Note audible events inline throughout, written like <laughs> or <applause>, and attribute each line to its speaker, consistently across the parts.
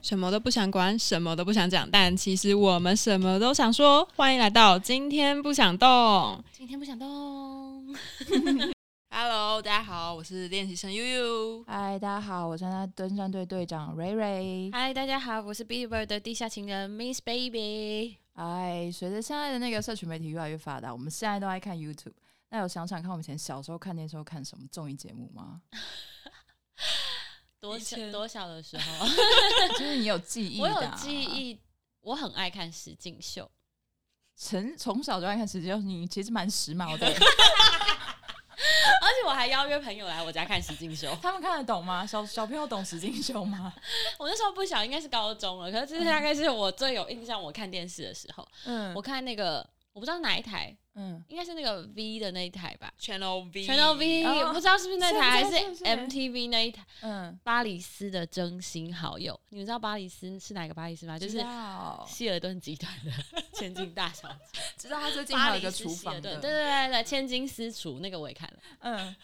Speaker 1: 什么都不想管，什么都不想讲，但其实我们什么都想说。欢迎来到今天不想动。
Speaker 2: 今天不想动。
Speaker 1: Hello，大家好，我是练习生悠悠。
Speaker 3: 嗨，大家好，我是那登山队队长瑞瑞。
Speaker 2: 嗨，大家好，我是 b i l b o a r 的地下情人 Miss Baby。
Speaker 3: 哎，随着现在的那个社群媒体越来越发达，我们现在都爱看 YouTube。那有想想看，我们以前小时候看那时候看什么综艺节目吗？
Speaker 2: 多
Speaker 1: 以
Speaker 2: 小
Speaker 1: 前
Speaker 2: 多小的时候，啊
Speaker 3: 就是你有记忆、
Speaker 2: <laughs>
Speaker 3: 啊
Speaker 2: 我有记。忆，我很爱看实境秀。
Speaker 3: 从从小就爱看《时间》，你其实蛮时髦的。
Speaker 2: <laughs> 而且我还邀约朋友来我家看实境秀。
Speaker 3: 他们看得懂吗？小小朋友懂《时间秀》吗？
Speaker 2: <laughs> 我那时候不小，应该是高中了，可是这大概是我最有印象，我看电视的时候，
Speaker 3: 嗯
Speaker 2: 我看那个我不知道哪一台，
Speaker 3: 嗯，
Speaker 2: 应该是那个 V 的那一台吧。
Speaker 1: Channel V，
Speaker 2: 全都 V，、
Speaker 3: 哦
Speaker 2: 我不知道是不是那台，还
Speaker 3: 是
Speaker 2: 是
Speaker 3: 是是
Speaker 2: MTV 那一台。
Speaker 3: 嗯，
Speaker 2: 巴里斯的真心好友，你们知道巴里斯是哪个巴里斯吗？就是
Speaker 3: 知道
Speaker 2: 希尔顿集团
Speaker 3: <laughs>
Speaker 2: 的千金大小姐，
Speaker 3: 知道他最近还
Speaker 2: 巴黎
Speaker 3: 有一个
Speaker 2: 是
Speaker 3: 厨
Speaker 2: 希尔
Speaker 3: 房
Speaker 2: 顿
Speaker 3: 的，
Speaker 2: 对对对对，千金私厨那个我也看了， <laughs>
Speaker 3: 嗯，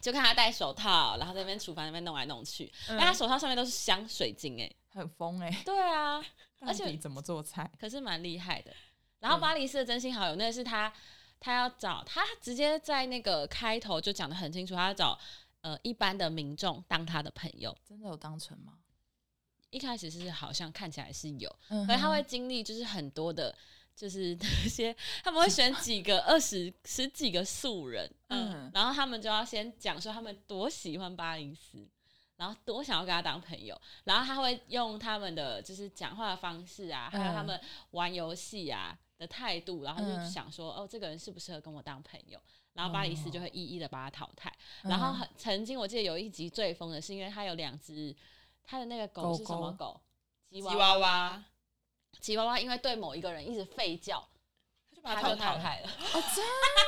Speaker 2: 就看他戴手套，然后在那边厨房那边弄来弄去，
Speaker 3: 嗯
Speaker 2: 但他手套上面都是香水晶哎、
Speaker 3: 很疯哎、
Speaker 2: 对啊，而且
Speaker 3: 到底怎么做菜？
Speaker 2: 可是蛮厉害的。然后
Speaker 3: 嗯
Speaker 2: 巴黎斯的真心好友那个是他，他要找他直接在那个开头就讲的很清楚，他要找呃一般的民众当他的朋友。
Speaker 3: 真的有当成吗？
Speaker 2: 一开始是好像看起来是有，
Speaker 3: 嗯
Speaker 2: 可是他
Speaker 3: 哼
Speaker 2: 会经历就是很多的，就是那些他们会选几个二十十几个素人，嗯
Speaker 3: 嗯，
Speaker 2: 然后他们就要先讲说他们多喜欢巴黎斯，然后多想要跟他当朋友，然后他会用他们的就是讲话的方式啊，还有他
Speaker 3: 嗯
Speaker 2: 们玩游戏啊的态度，然后就
Speaker 3: 嗯
Speaker 2: 想说、哦这个人适不适合跟我当朋友，然后巴黎斯
Speaker 3: 哦
Speaker 2: 就会一一的把他淘汰。
Speaker 3: 嗯
Speaker 2: 然后很曾经我记得有一集最疯的是，因为他有两只，他的那个狗
Speaker 3: 狗
Speaker 2: 是什么
Speaker 3: 狗
Speaker 2: 狗？吉
Speaker 1: 吉
Speaker 2: 娃娃。
Speaker 1: 娃娃，
Speaker 2: 吉娃娃因为对某一个人一直吠叫，
Speaker 1: 他就把
Speaker 2: 他
Speaker 1: 它
Speaker 2: 就
Speaker 1: 淘
Speaker 2: 淘
Speaker 1: 汰了。
Speaker 2: 汰了，
Speaker 3: 哦，真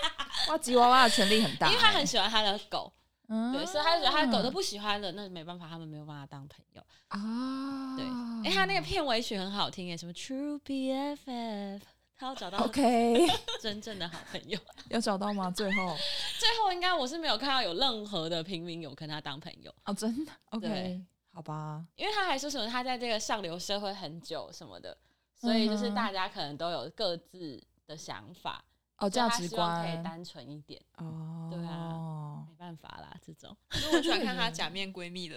Speaker 3: 的哇，吉娃娃的权力很大、
Speaker 2: 因为他很喜欢他的狗，
Speaker 3: 嗯
Speaker 2: 对，所以他就觉得他的狗都不喜欢了，那没办法，他们没有办法当朋友。
Speaker 3: 啊，
Speaker 2: 对，哎、他那个片尾曲很好听耶，什么 True BFF，他要找到
Speaker 3: OK
Speaker 2: 真正的好朋友。 <laughs>
Speaker 3: 有找到吗？最后
Speaker 2: 最后应该我是没有看到有任何的平民有跟他当朋友，
Speaker 3: 哦，真的 OK
Speaker 2: 对
Speaker 3: 好吧，
Speaker 2: 因为他还说什么他在这个上流社会很久什么的，所以就是
Speaker 3: 嗯哼
Speaker 2: 大家可能都有各自的想法，所
Speaker 3: 哦，
Speaker 2: 以
Speaker 3: 价
Speaker 2: 他
Speaker 3: 值
Speaker 2: 希望可以
Speaker 3: 观
Speaker 2: 单纯一点，
Speaker 3: 哦，
Speaker 2: 对啊没办法啦，这种。
Speaker 1: 可是我喜欢看她假面闺蜜的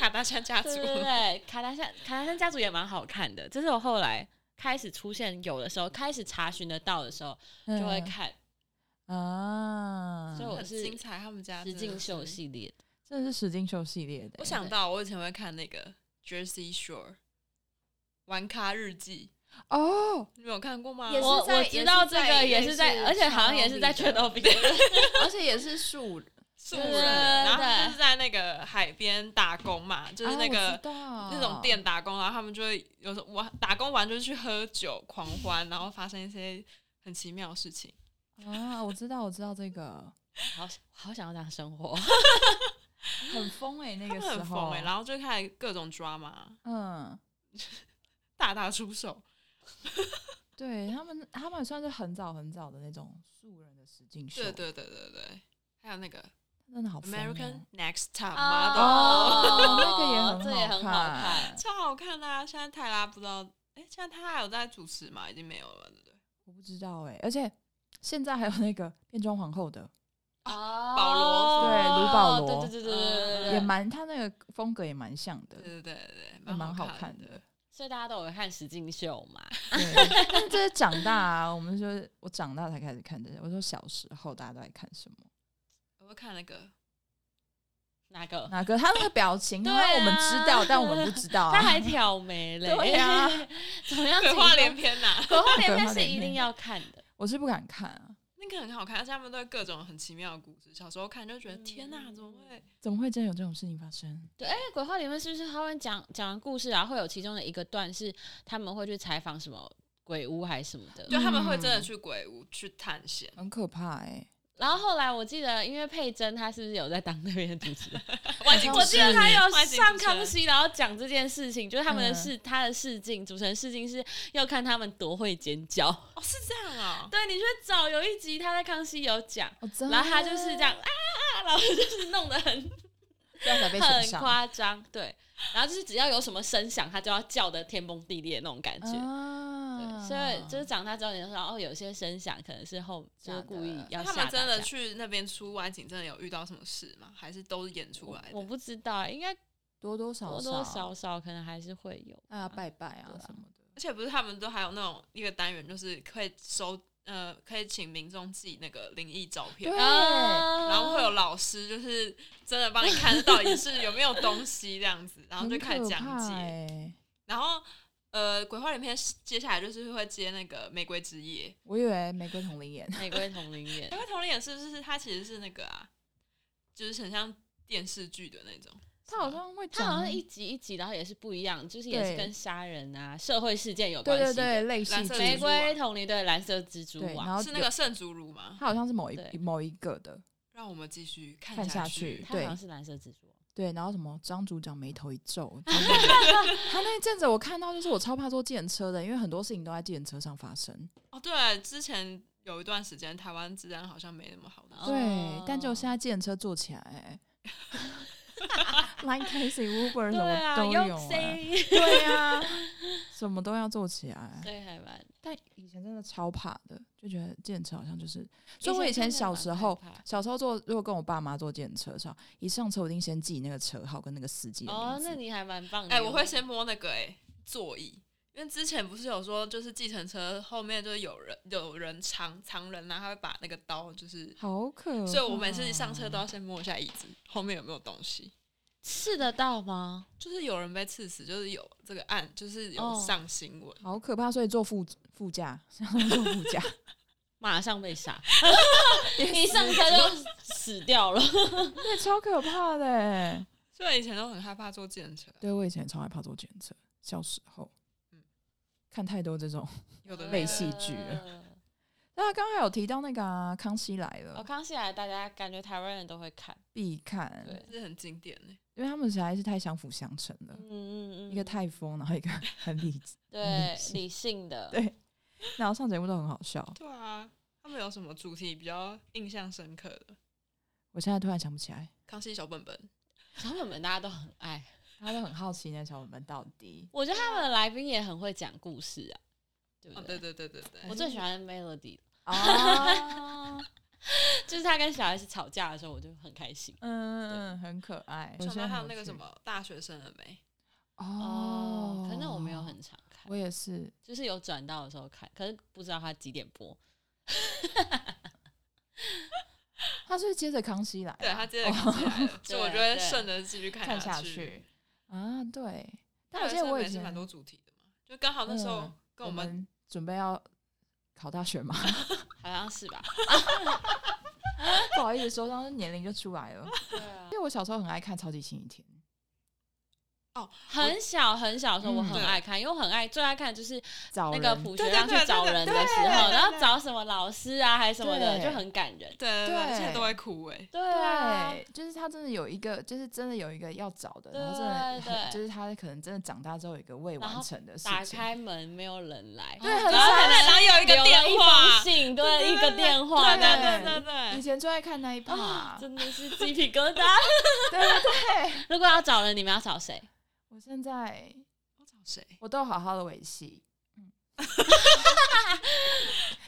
Speaker 1: 卡达山家族
Speaker 2: 对。对对，卡达山卡达山家族也蛮好看的，这是我后来开始出现有的时候开始查询得到的时候
Speaker 3: 嗯
Speaker 2: 就会看，
Speaker 3: 啊，
Speaker 2: 所以我
Speaker 1: 很
Speaker 2: 是
Speaker 1: 精彩，他们家
Speaker 2: 实境秀
Speaker 1: 系。
Speaker 2: 系列的。
Speaker 3: 真的是石金秀系列的欸，
Speaker 1: 我想到我以前会看那个 Jersey Shore，玩咖日记，
Speaker 3: 哦，
Speaker 1: 你们有看过吗？
Speaker 3: 也是
Speaker 2: 我
Speaker 3: 在
Speaker 2: 我知道这个也
Speaker 3: 也
Speaker 2: 是
Speaker 3: 是
Speaker 2: 在，
Speaker 3: 在
Speaker 2: 而且好像也是在
Speaker 3: 超
Speaker 2: 全
Speaker 3: 能
Speaker 2: 都比
Speaker 3: 而且也是树，
Speaker 1: 素人，
Speaker 2: 对
Speaker 1: 然后他们
Speaker 2: 对
Speaker 1: 就是在那个海边打工嘛，就是
Speaker 3: 啊
Speaker 1: 那个
Speaker 3: 我、知道
Speaker 1: 那种店打工，然后他们就会有时候玩打工完就是去喝酒狂欢，然后发生一些很奇妙的事情。
Speaker 3: 啊，我知道我知道这个
Speaker 2: 好好想要这样生活。
Speaker 3: 很疯哎，那
Speaker 1: 他
Speaker 3: 个
Speaker 1: 们
Speaker 3: 时
Speaker 1: 很疯
Speaker 3: 候
Speaker 2: 欸
Speaker 1: 哎、，然后就开始各种抓嘛，
Speaker 3: 嗯。
Speaker 1: 大打出手。
Speaker 3: 对他们，他们算是很早很早的那种素人的实境秀，
Speaker 1: 对对对对对，还有那个
Speaker 3: 真的好疯哦
Speaker 1: American Next Top Model，、
Speaker 2: 哦，
Speaker 3: 那个也很
Speaker 2: 这也很好
Speaker 3: 好
Speaker 2: 看
Speaker 1: <laughs>
Speaker 3: 看。
Speaker 1: 超好看的、啊。现在泰拉不知道，哎、现在他还有在主持吗？已经没有了，对不对？
Speaker 3: 我不知道哎、而且现在还有那个变装皇后的，
Speaker 2: 哦，
Speaker 1: 保罗
Speaker 3: 对卢保罗
Speaker 2: 对对对对对对对
Speaker 3: 也
Speaker 2: 对，
Speaker 3: 蛮她那个风格也蛮像的，
Speaker 1: 对对对对
Speaker 3: 也
Speaker 1: 对，
Speaker 3: 蛮
Speaker 1: 好
Speaker 3: 好看
Speaker 1: 的
Speaker 3: 的。。
Speaker 2: 所以大家都有看实境秀嘛？
Speaker 3: 对，但这是长大啊，我们说我长大才开始看这些。我说小时候大家都在看什么？
Speaker 1: 我会看那个，
Speaker 2: 哪个？
Speaker 3: 哪个他那个表情，
Speaker 2: 对
Speaker 3: 他
Speaker 2: 啊
Speaker 3: 让我们知道，但我们不知道
Speaker 2: 他
Speaker 3: 啊。
Speaker 2: 还挑眉嘞，<laughs>
Speaker 3: 对啊，
Speaker 2: 怎么样？
Speaker 1: 鬼话连篇呐、
Speaker 2: 鬼话连
Speaker 3: <laughs>
Speaker 2: 篇是一定要看的。
Speaker 3: 我是不敢看啊，
Speaker 1: 那个很好看，而且他们都有各种很奇妙的故事。小时候看就觉
Speaker 2: 嗯
Speaker 1: 得、天呐，怎么会？
Speaker 3: 怎么会真有这种事情发生？
Speaker 2: 对，哎、鬼话连篇是不是他们讲讲完故事啊，会有其中的一个段是他们会去采访什么鬼屋还是什么的？
Speaker 1: 就他们会真的去鬼屋去探险，
Speaker 3: 很可怕哎、
Speaker 2: 然后后来我记得，因为佩珍她是不是有在当那边的主持人？
Speaker 1: 外景
Speaker 3: 嗯
Speaker 1: 主
Speaker 2: 我
Speaker 1: 持
Speaker 2: 记得她有
Speaker 1: 哦外景主
Speaker 2: 上
Speaker 1: 持人
Speaker 2: 康熙，然后讲这件事情，就是他们的
Speaker 3: 嗯
Speaker 2: 试，她的试镜，主持人试镜是要看他们多会尖叫。 <laughs>
Speaker 1: 哦，是这样啊、
Speaker 2: 对，你去找有一集她在康熙有讲，
Speaker 3: 哦真的
Speaker 2: 啊然后她就是这样啊，然后就是弄得很
Speaker 3: 这样才被选
Speaker 2: 很
Speaker 3: 上。
Speaker 2: 夸张，对。然后就是只要有什么声响，他就要叫的天崩地裂那种感觉。
Speaker 1: 哦
Speaker 3: 啊
Speaker 2: 对，所以就是长大之后，你就知道哦，有些声响可能是后就是
Speaker 3: 嗯假的
Speaker 2: 故意要
Speaker 1: 他
Speaker 2: 吓
Speaker 1: 们真
Speaker 2: 大
Speaker 1: 的
Speaker 2: 家
Speaker 1: 去那边出外景，真的有遇到什么事吗？还是都是演出来的？
Speaker 2: 我不知道，欸应该
Speaker 3: 多多少
Speaker 2: 多
Speaker 3: 少
Speaker 2: 多少少可能还是会有
Speaker 3: 大家
Speaker 2: 吧。
Speaker 3: 拜拜啊
Speaker 2: 对啊
Speaker 3: 什么的，
Speaker 1: 而且不是他们都还有那种一个单元，就是可以收呃，可以请民众寄那个灵异照片
Speaker 3: 对，
Speaker 2: 啊
Speaker 1: 然后会有老师就是真的帮你看到底是有没有东西这样子，然后就开始讲
Speaker 3: 很可怕
Speaker 1: 解。
Speaker 3: 欸
Speaker 1: 然后呃，鬼话连篇接下来就是会接那个玫瑰之夜。
Speaker 3: 我以为玫瑰同龄眼，
Speaker 2: 玫瑰同龄眼
Speaker 1: 玫瑰同龄眼是不是它其实是那个啊，就是很像电视剧的那种？
Speaker 3: 他好像会
Speaker 2: 它
Speaker 3: 讲，
Speaker 2: 好像是一集一集，然后也是不一样，就是也是
Speaker 3: 对
Speaker 2: 跟杀人啊、社会事件有
Speaker 3: 对
Speaker 2: 关
Speaker 3: 对
Speaker 2: 系的。
Speaker 3: 对，类似
Speaker 1: 蓝色
Speaker 2: 玫
Speaker 1: 蜘蛛网
Speaker 2: 瑰同龄对蓝色蜘蛛
Speaker 3: 对，然
Speaker 2: 网，
Speaker 3: 后
Speaker 1: 是那
Speaker 3: 有
Speaker 1: 个圣竹乳吗？
Speaker 3: 他好像是某
Speaker 2: 对
Speaker 3: 一某一个的，
Speaker 1: 让我们继续看
Speaker 3: 看
Speaker 1: 下
Speaker 3: 下去
Speaker 2: 它好像是蓝色蜘蛛网。
Speaker 3: 对，然后什么张组长眉头一 <laughs> 皱，就是他那一阵子我看到就是我超怕坐电车的，因为很多事情都在电车上发生。
Speaker 1: 哦，对，之前有一段时间台湾治安好像没那么好的时候，
Speaker 3: 对，但就
Speaker 2: 哦
Speaker 3: 现在电车坐起来、
Speaker 2: <laughs>
Speaker 3: 欸，Line Taxi、Uber 什
Speaker 2: 对
Speaker 3: 么
Speaker 2: 啊
Speaker 3: 都有、 <laughs>
Speaker 2: 用
Speaker 3: 欸，
Speaker 2: C，
Speaker 3: 对啊，什么都要做起来。
Speaker 2: 对，还蛮。
Speaker 3: 但以前真的超怕的，就觉得电车好像就是，所以我以
Speaker 2: 真
Speaker 3: 前
Speaker 2: 的
Speaker 3: 小
Speaker 2: 蛮
Speaker 3: 时
Speaker 2: 害
Speaker 3: 候
Speaker 2: 怕的
Speaker 3: 小时候坐，如果跟我爸妈坐电车上，一上车我一定先记那个车号跟那个司机的
Speaker 2: 哦
Speaker 3: 名，字。
Speaker 2: 那你还蛮棒的。
Speaker 1: 哎、我会先摸那个哎、座椅，因为之前不是有说，就是计程车后面就是有人有人藏藏人啊，他会把那个刀就是，
Speaker 3: 好可怕！
Speaker 1: 所以我每次一上
Speaker 3: 嗯
Speaker 1: 车都要先摸一下椅子后面有没有东西，
Speaker 2: 吃得到吗？
Speaker 1: 就是有人被刺死，就是有这个案，就是有
Speaker 2: 哦
Speaker 1: 上新闻。
Speaker 3: 好可怕，所以坐副副驾，上坐副
Speaker 2: <laughs>
Speaker 3: 驾，
Speaker 2: 马上被杀，一上车就死掉 <laughs> 了。
Speaker 3: 那超可怕的欸。
Speaker 1: 所以以前都很害怕坐计程车，
Speaker 3: 对我以前超害怕坐检车，小时候，
Speaker 1: 嗯
Speaker 3: 看太多这种。
Speaker 1: 有
Speaker 2: 啊
Speaker 1: 的
Speaker 3: 类
Speaker 1: 没
Speaker 3: 似
Speaker 1: 的
Speaker 3: 戏剧了那刚才有提到那个、啊《康熙来了
Speaker 2: 嗯我》，
Speaker 1: 哦
Speaker 2: 康熙来，大家感觉台湾人都会看，
Speaker 3: 必看，
Speaker 2: 对，
Speaker 1: 是很经典哎、
Speaker 3: 因为他们实在是太相辅相成了
Speaker 2: 嗯，嗯嗯，
Speaker 3: 一个太疯，然后一个 <laughs> 很理智，
Speaker 2: 对
Speaker 3: 理性
Speaker 2: 理性的，
Speaker 3: 对然后上节目都很好笑。
Speaker 1: 对啊，他们有什么主题比较印象深刻的？
Speaker 3: 我现在突然想不起来，
Speaker 1: 康熙小本本，
Speaker 2: 小本本大家都很爱。
Speaker 3: 大家都很好奇那小伙伴到
Speaker 1: <laughs>
Speaker 3: 底
Speaker 2: 我觉得他们的来宾也很会讲故事啊，对不
Speaker 1: 哦，对对对对对，
Speaker 2: 我最喜欢 Melody，
Speaker 1: 哦
Speaker 3: 嗯啊，
Speaker 2: <laughs> 就是他跟小 S 吵架的时候，我就很开心。
Speaker 3: 嗯，很可爱。
Speaker 1: 想
Speaker 3: 我现在
Speaker 1: 到还有
Speaker 3: 很
Speaker 1: 那个
Speaker 3: 有
Speaker 1: 什
Speaker 3: 趣
Speaker 1: 么大学生了没？
Speaker 3: 哦，
Speaker 2: 可能我没有，很常看，
Speaker 3: 我也是，
Speaker 2: 就是有转到的时候看，可是不知道他几点播。
Speaker 3: 他是接着康熙来啊，
Speaker 1: 对他接着看起来
Speaker 3: <laughs>
Speaker 1: 了，所以我就会
Speaker 2: 对
Speaker 1: 顺着继续
Speaker 3: 看
Speaker 1: 看
Speaker 3: 下
Speaker 1: 去。
Speaker 3: 去啊，对。但
Speaker 1: 大
Speaker 3: 我
Speaker 1: 学
Speaker 3: 记得
Speaker 1: 生
Speaker 3: 我
Speaker 1: 也
Speaker 3: 以
Speaker 1: 是
Speaker 3: 前
Speaker 1: 蛮多主题的嘛，就刚好那时候
Speaker 3: 嗯
Speaker 1: 跟我
Speaker 3: 我
Speaker 1: 们
Speaker 3: 们准备要考大学嘛， <laughs>
Speaker 2: 好像是吧？
Speaker 3: 不好意思说，当时年龄就出来了。
Speaker 2: 对啊
Speaker 3: 因，为我小时候很爱看《超级星期天》，
Speaker 2: 很小很小的时候，我
Speaker 3: 嗯
Speaker 2: 很爱看，因为我很爱最爱看就是那
Speaker 3: 找人
Speaker 2: 个朴学
Speaker 1: 对
Speaker 2: 亮
Speaker 1: 对
Speaker 2: 去
Speaker 1: 对
Speaker 2: 找
Speaker 1: 对
Speaker 2: 人的
Speaker 1: 对
Speaker 2: 时候，
Speaker 1: 对
Speaker 2: 然后
Speaker 1: 对
Speaker 2: 找什么老师啊，还什么的，
Speaker 3: 对
Speaker 2: 就很感人。
Speaker 1: 对对对，而且
Speaker 3: 对
Speaker 1: 都会哭哎，
Speaker 2: 对啊，
Speaker 3: 对，就是他真的有一个，就是真的有一个要找的，
Speaker 2: 对
Speaker 3: 然后真
Speaker 2: 对
Speaker 3: 的很，就是他可能真的长大之后有一个未完成的事
Speaker 2: 打
Speaker 3: 情。
Speaker 2: 开门没有人来，哦
Speaker 3: 对
Speaker 2: 然
Speaker 3: 很
Speaker 2: 后他
Speaker 1: 然后有一个
Speaker 2: 留了
Speaker 1: 电话
Speaker 2: 封，信，对，一个电话，
Speaker 1: 对
Speaker 2: 这样子
Speaker 1: 对
Speaker 3: 子
Speaker 1: 对对
Speaker 3: 以
Speaker 1: 对，
Speaker 3: 前最爱看那一趴，对
Speaker 2: 啊真的是鸡皮疙瘩。
Speaker 3: 对对。
Speaker 2: 如果要找人，你们要找谁？
Speaker 3: 我现在
Speaker 1: 我找谁？
Speaker 3: 我都好好的维系。嗯 <laughs>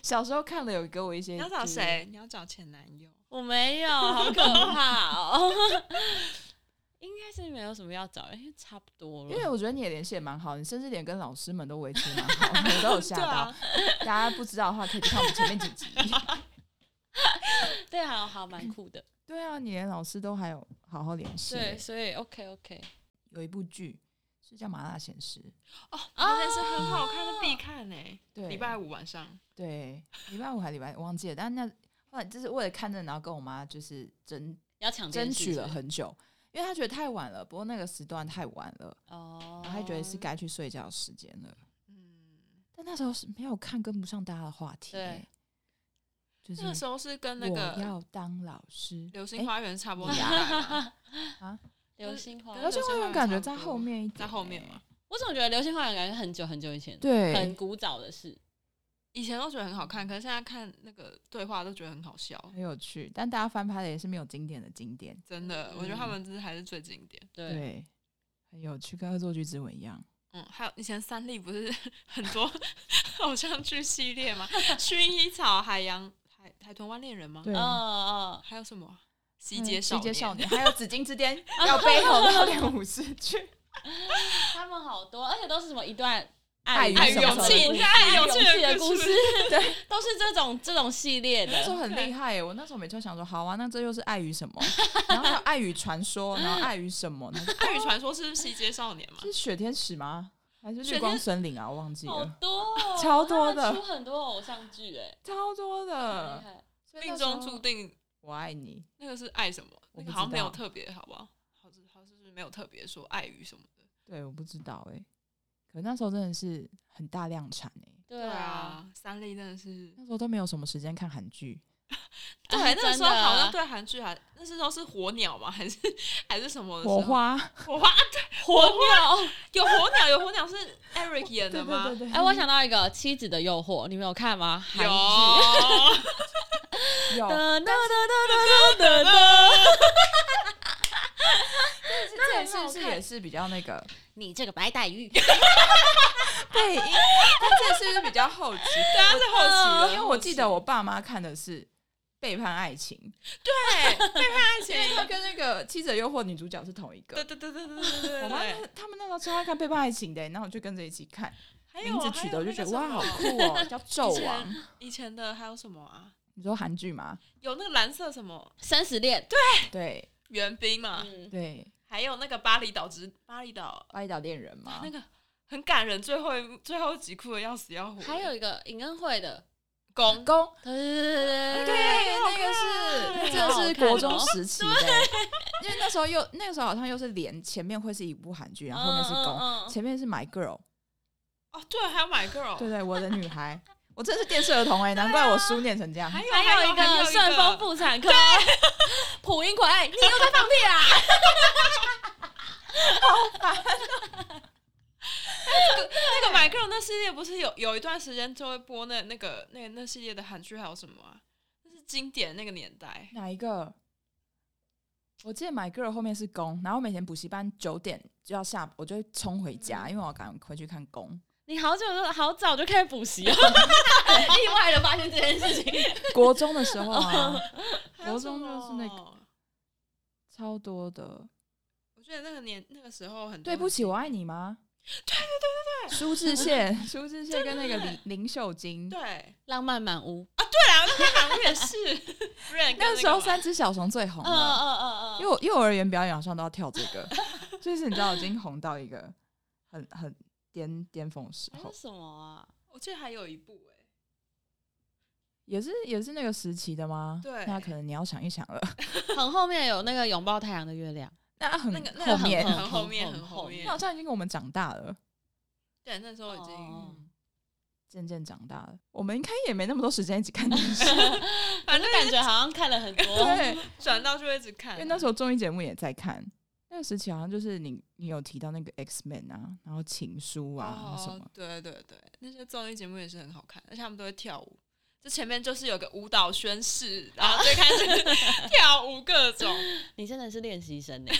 Speaker 3: 小时候看了有给我一些，
Speaker 1: 你要找？谁？你要找前男友？
Speaker 2: 我没有， <laughs> 好可怕哦。应该是没有什么要找人，因为差不多
Speaker 3: 因为
Speaker 2: 了。
Speaker 3: 我觉得你也联系也蛮好，你甚至连跟老师们都维持蛮
Speaker 2: <laughs>
Speaker 3: 好的，我都有吓
Speaker 1: 对
Speaker 3: 到
Speaker 1: 啊。
Speaker 3: 大家不知道的话，可以去看我们前面几集。 <laughs>
Speaker 2: 对，好好蛮酷的。
Speaker 3: 对啊，你连老师都还有好好联系。
Speaker 2: 对，所以 OK OK。
Speaker 3: 有一部剧是叫《麻辣鲜师》，
Speaker 1: 哦，那是很好看
Speaker 3: 啊
Speaker 1: 的必看哎，
Speaker 3: 对，
Speaker 1: 礼拜五晚上，
Speaker 3: 对礼拜五还礼拜我忘记了，但那后来就是为了看这个，然后跟我妈就是争
Speaker 2: 要抢这件
Speaker 3: 争
Speaker 2: 事
Speaker 3: 取
Speaker 2: 是
Speaker 3: 了
Speaker 2: 不是
Speaker 3: 很久，因为她觉得太晚了，不过那个时段太晚了，
Speaker 2: 哦，
Speaker 3: 然后她觉得是该去睡觉的时间了。
Speaker 1: 嗯，
Speaker 3: 但那时候是没有看跟不上大家的话题、
Speaker 2: 对
Speaker 3: 欸，就是
Speaker 1: 那个时候是跟那
Speaker 3: 我
Speaker 1: 个
Speaker 3: 要哎啊当老师，
Speaker 1: 流
Speaker 3: 诶
Speaker 1: 星花园差不多年代嘛，
Speaker 2: 流星花
Speaker 1: 可
Speaker 2: 园
Speaker 3: 欸流
Speaker 1: 是
Speaker 3: 星花园感觉在后面一点、欸
Speaker 1: 在后面嘛，
Speaker 2: 我总觉得流星花园感觉很久很久以前，
Speaker 3: 对，
Speaker 2: 很古早的事。
Speaker 1: <laughs> 以前都觉得很好看，可是现在看那个对话都觉得很好笑，
Speaker 3: 很有趣。但大家翻拍的也是没有经典的经典，
Speaker 1: 真的，我觉得他们真的还是最经典。
Speaker 2: 对，
Speaker 3: 对，很有趣，跟《恶作剧之吻》一样。
Speaker 1: 嗯，还有以前三立不是 <laughs> 很多偶像剧系列
Speaker 3: <laughs>
Speaker 1: 嘛，《薰衣草》《海洋》海《海豚湾恋人》吗？
Speaker 3: 对，啊
Speaker 2: 嗯嗯，
Speaker 1: 还有什么啊？西
Speaker 3: 嗯
Speaker 1: 街哦少
Speaker 3: 西街
Speaker 1: 年，
Speaker 3: 少
Speaker 1: <laughs>
Speaker 3: 年，还有《紫禁之巅》要背后要练武士剧，
Speaker 2: 他们好多，而且都是什么一段
Speaker 3: 爱
Speaker 2: 与
Speaker 3: 与
Speaker 1: 爱与
Speaker 3: 什么
Speaker 1: 勇
Speaker 3: 什么
Speaker 1: 气
Speaker 3: 的故，事
Speaker 1: 爱与
Speaker 2: 勇气
Speaker 1: 的
Speaker 2: 的故事，
Speaker 3: 对，
Speaker 2: 都是这种这种系列
Speaker 3: <laughs> 那时候
Speaker 2: 的。
Speaker 3: 很厉害耶！我那时候每次都想说，好啊，那这又是爱与什么？ <laughs> 然后还有爱与传说，然后爱与什么呢？ <laughs>
Speaker 1: 爱与传说是西街少年嘛？
Speaker 3: 是雪天使吗？还是
Speaker 1: 雪天
Speaker 3: 绿光森林啊？我忘记
Speaker 2: 好
Speaker 3: 了，
Speaker 2: 多哦，
Speaker 3: 超多
Speaker 2: 他
Speaker 3: 的
Speaker 2: 们出很多偶像剧，哎，
Speaker 3: 超多的
Speaker 2: 厉。害
Speaker 3: 所以那
Speaker 1: 命
Speaker 3: 时候
Speaker 1: 中注定
Speaker 3: 我爱你，
Speaker 1: 那个是爱什么？
Speaker 3: 我
Speaker 1: 那
Speaker 3: 不
Speaker 1: 个好像
Speaker 3: 知
Speaker 1: 没有
Speaker 3: 道
Speaker 1: 特别，好不好？好像好像是没有特别说爱与什么的。
Speaker 3: 对，我不知道哎，可那时候真的是很大量产哎，
Speaker 2: 对啊，，
Speaker 1: 三立真的是，
Speaker 3: 那时候都没有什么时间看韩剧，
Speaker 1: 对，
Speaker 3: 哎
Speaker 2: 啊
Speaker 1: 那个时候
Speaker 2: 真的
Speaker 1: 好像对韩剧还那时候是火鸟嘛，还是 <laughs> 还是什么的时候
Speaker 3: 火花，
Speaker 1: 火花啊对，火鸟有火鸟有火鸟是 Eric 演
Speaker 3: 对
Speaker 1: 的
Speaker 3: 对
Speaker 1: 吗
Speaker 3: 对？对，
Speaker 2: 哎，我想到一个《妻子的诱惑》，你们有看吗？韩
Speaker 1: 有
Speaker 2: 剧。
Speaker 3: 有，
Speaker 2: 哒哒哒哒哒哒
Speaker 3: 这也
Speaker 2: 很
Speaker 3: 是
Speaker 2: 好
Speaker 3: 是
Speaker 2: 看
Speaker 3: 也是比较那
Speaker 1: <laughs>
Speaker 3: 个
Speaker 2: 你这个白带鱼，
Speaker 3: 配音，但这是不是比
Speaker 1: <laughs>
Speaker 3: 较后期？对
Speaker 1: 啊是后期了
Speaker 3: 因为我记得我爸妈看的是《背叛爱情》，
Speaker 1: <laughs> 对，被爱情
Speaker 3: <laughs> 因，为他跟那个《妻子的诱惑》女主角是同一
Speaker 1: <laughs> 对对
Speaker 3: 个。
Speaker 1: 对对对对对，
Speaker 3: 我妈
Speaker 1: 对
Speaker 3: 那他们那时候超爱看《背叛爱情》的，欸然后我就跟着一起看，
Speaker 1: 还有啊
Speaker 3: 名字取
Speaker 1: 哎还
Speaker 3: 的
Speaker 1: 有
Speaker 3: 我就
Speaker 1: 那
Speaker 3: 觉
Speaker 1: 个
Speaker 3: 得
Speaker 1: 什
Speaker 3: 哇，
Speaker 1: 么
Speaker 3: 好酷哦，叫纣王。
Speaker 1: 以前的还有什么啊？
Speaker 3: 你说韩剧吗？
Speaker 1: 有那个蓝色什么
Speaker 2: 生死恋，
Speaker 3: 对
Speaker 1: 援兵嘛，
Speaker 2: 嗯，
Speaker 3: 对，
Speaker 1: 还有那个巴厘岛之巴厘岛
Speaker 3: 《巴厘岛恋人》嘛
Speaker 1: 那，个很感人，最后一最后一集哭的要死要活。
Speaker 2: 还有一个尹恩惠的，
Speaker 1: 公
Speaker 3: 公
Speaker 2: 对对
Speaker 3: 对，那个是那真的是国中时期的，因为那时候又那个时候好像又是连前面会是一部韩剧，然后后面是公，前面是 My Girl，
Speaker 1: 哦，对，还有 My Girl，
Speaker 3: 对对，我的女孩，我真是电视儿童 <laughs> 哎、难怪我书念成这样。
Speaker 1: 还有
Speaker 2: 还有一
Speaker 1: 还
Speaker 2: 个
Speaker 1: 有
Speaker 2: 顺丰妇产 <laughs> 科，蒲英奎，你又在放屁啊啦！
Speaker 1: 那个 My Girl 那系列不是有有一段时间就会播那那个那个那系列的韩剧，还有什么啊？那是经典那个年代。
Speaker 3: 哪一个？我记得 My Girl 后面是公，然后每天补习班九点就要下，我就会冲回家，因为我要赶回去看公。
Speaker 2: 你好久就好早就开始补习了，哦 <laughs> 意外的发现这件事情。
Speaker 3: 国中的时候啊，
Speaker 1: 还有
Speaker 3: 国
Speaker 1: 什
Speaker 3: 中就是那个
Speaker 1: 么，
Speaker 3: 超多的。
Speaker 1: 哦我记得那个年那个时候很多
Speaker 3: <laughs> 对不起，我爱你吗？对对对对对，苏志燮，苏志燮跟那个林林秀晶，
Speaker 1: 对对
Speaker 2: 浪漫满屋，
Speaker 1: 啊，那天好像也是 <laughs> Rain 跟
Speaker 3: <laughs> 那
Speaker 1: 个
Speaker 3: 时候
Speaker 1: 嘛
Speaker 3: 三只小熊最
Speaker 2: <laughs>
Speaker 3: 红
Speaker 2: 嗯
Speaker 3: 了，
Speaker 2: 嗯嗯
Speaker 3: 幼幼儿园表演好像都要跳这个， <laughs> 就是你知道已经红到一个很很巅巅峰的时
Speaker 2: 还
Speaker 3: 候
Speaker 1: 嗯
Speaker 2: 有，什么啊？
Speaker 1: 我记得还有一部哎、
Speaker 3: 也是也是那个时期的吗？
Speaker 1: 对
Speaker 3: 那可能你要想一想了。 <laughs>
Speaker 2: 很后面有那个拥抱太阳的月 <laughs> 亮，
Speaker 3: 那很
Speaker 1: 那个那
Speaker 3: 后
Speaker 1: 个
Speaker 3: 面，
Speaker 1: 很后面很后面
Speaker 3: 那好像已经跟我们长大了，
Speaker 1: 对，那时候已经、
Speaker 2: 哦嗯
Speaker 3: 渐渐长大了，我们应该也没那么多时间一起看
Speaker 1: <laughs>
Speaker 3: 电视，
Speaker 1: 反正
Speaker 2: 感觉好像看了很多。
Speaker 3: 对，
Speaker 1: 转到就会一直看、
Speaker 3: 因为那时
Speaker 1: 候
Speaker 3: 候综艺节目也在看。那个时期好像就是你，你有提到那个 X Man 啊，然后情书啊、然后什么
Speaker 1: 哦，，对对对，那些综艺节目也是很好看，而且他们都会跳舞。就前面就是有个舞蹈宣誓，然后就开始 <laughs> 跳舞各种，
Speaker 2: 你真的是练习 <laughs> 生呢，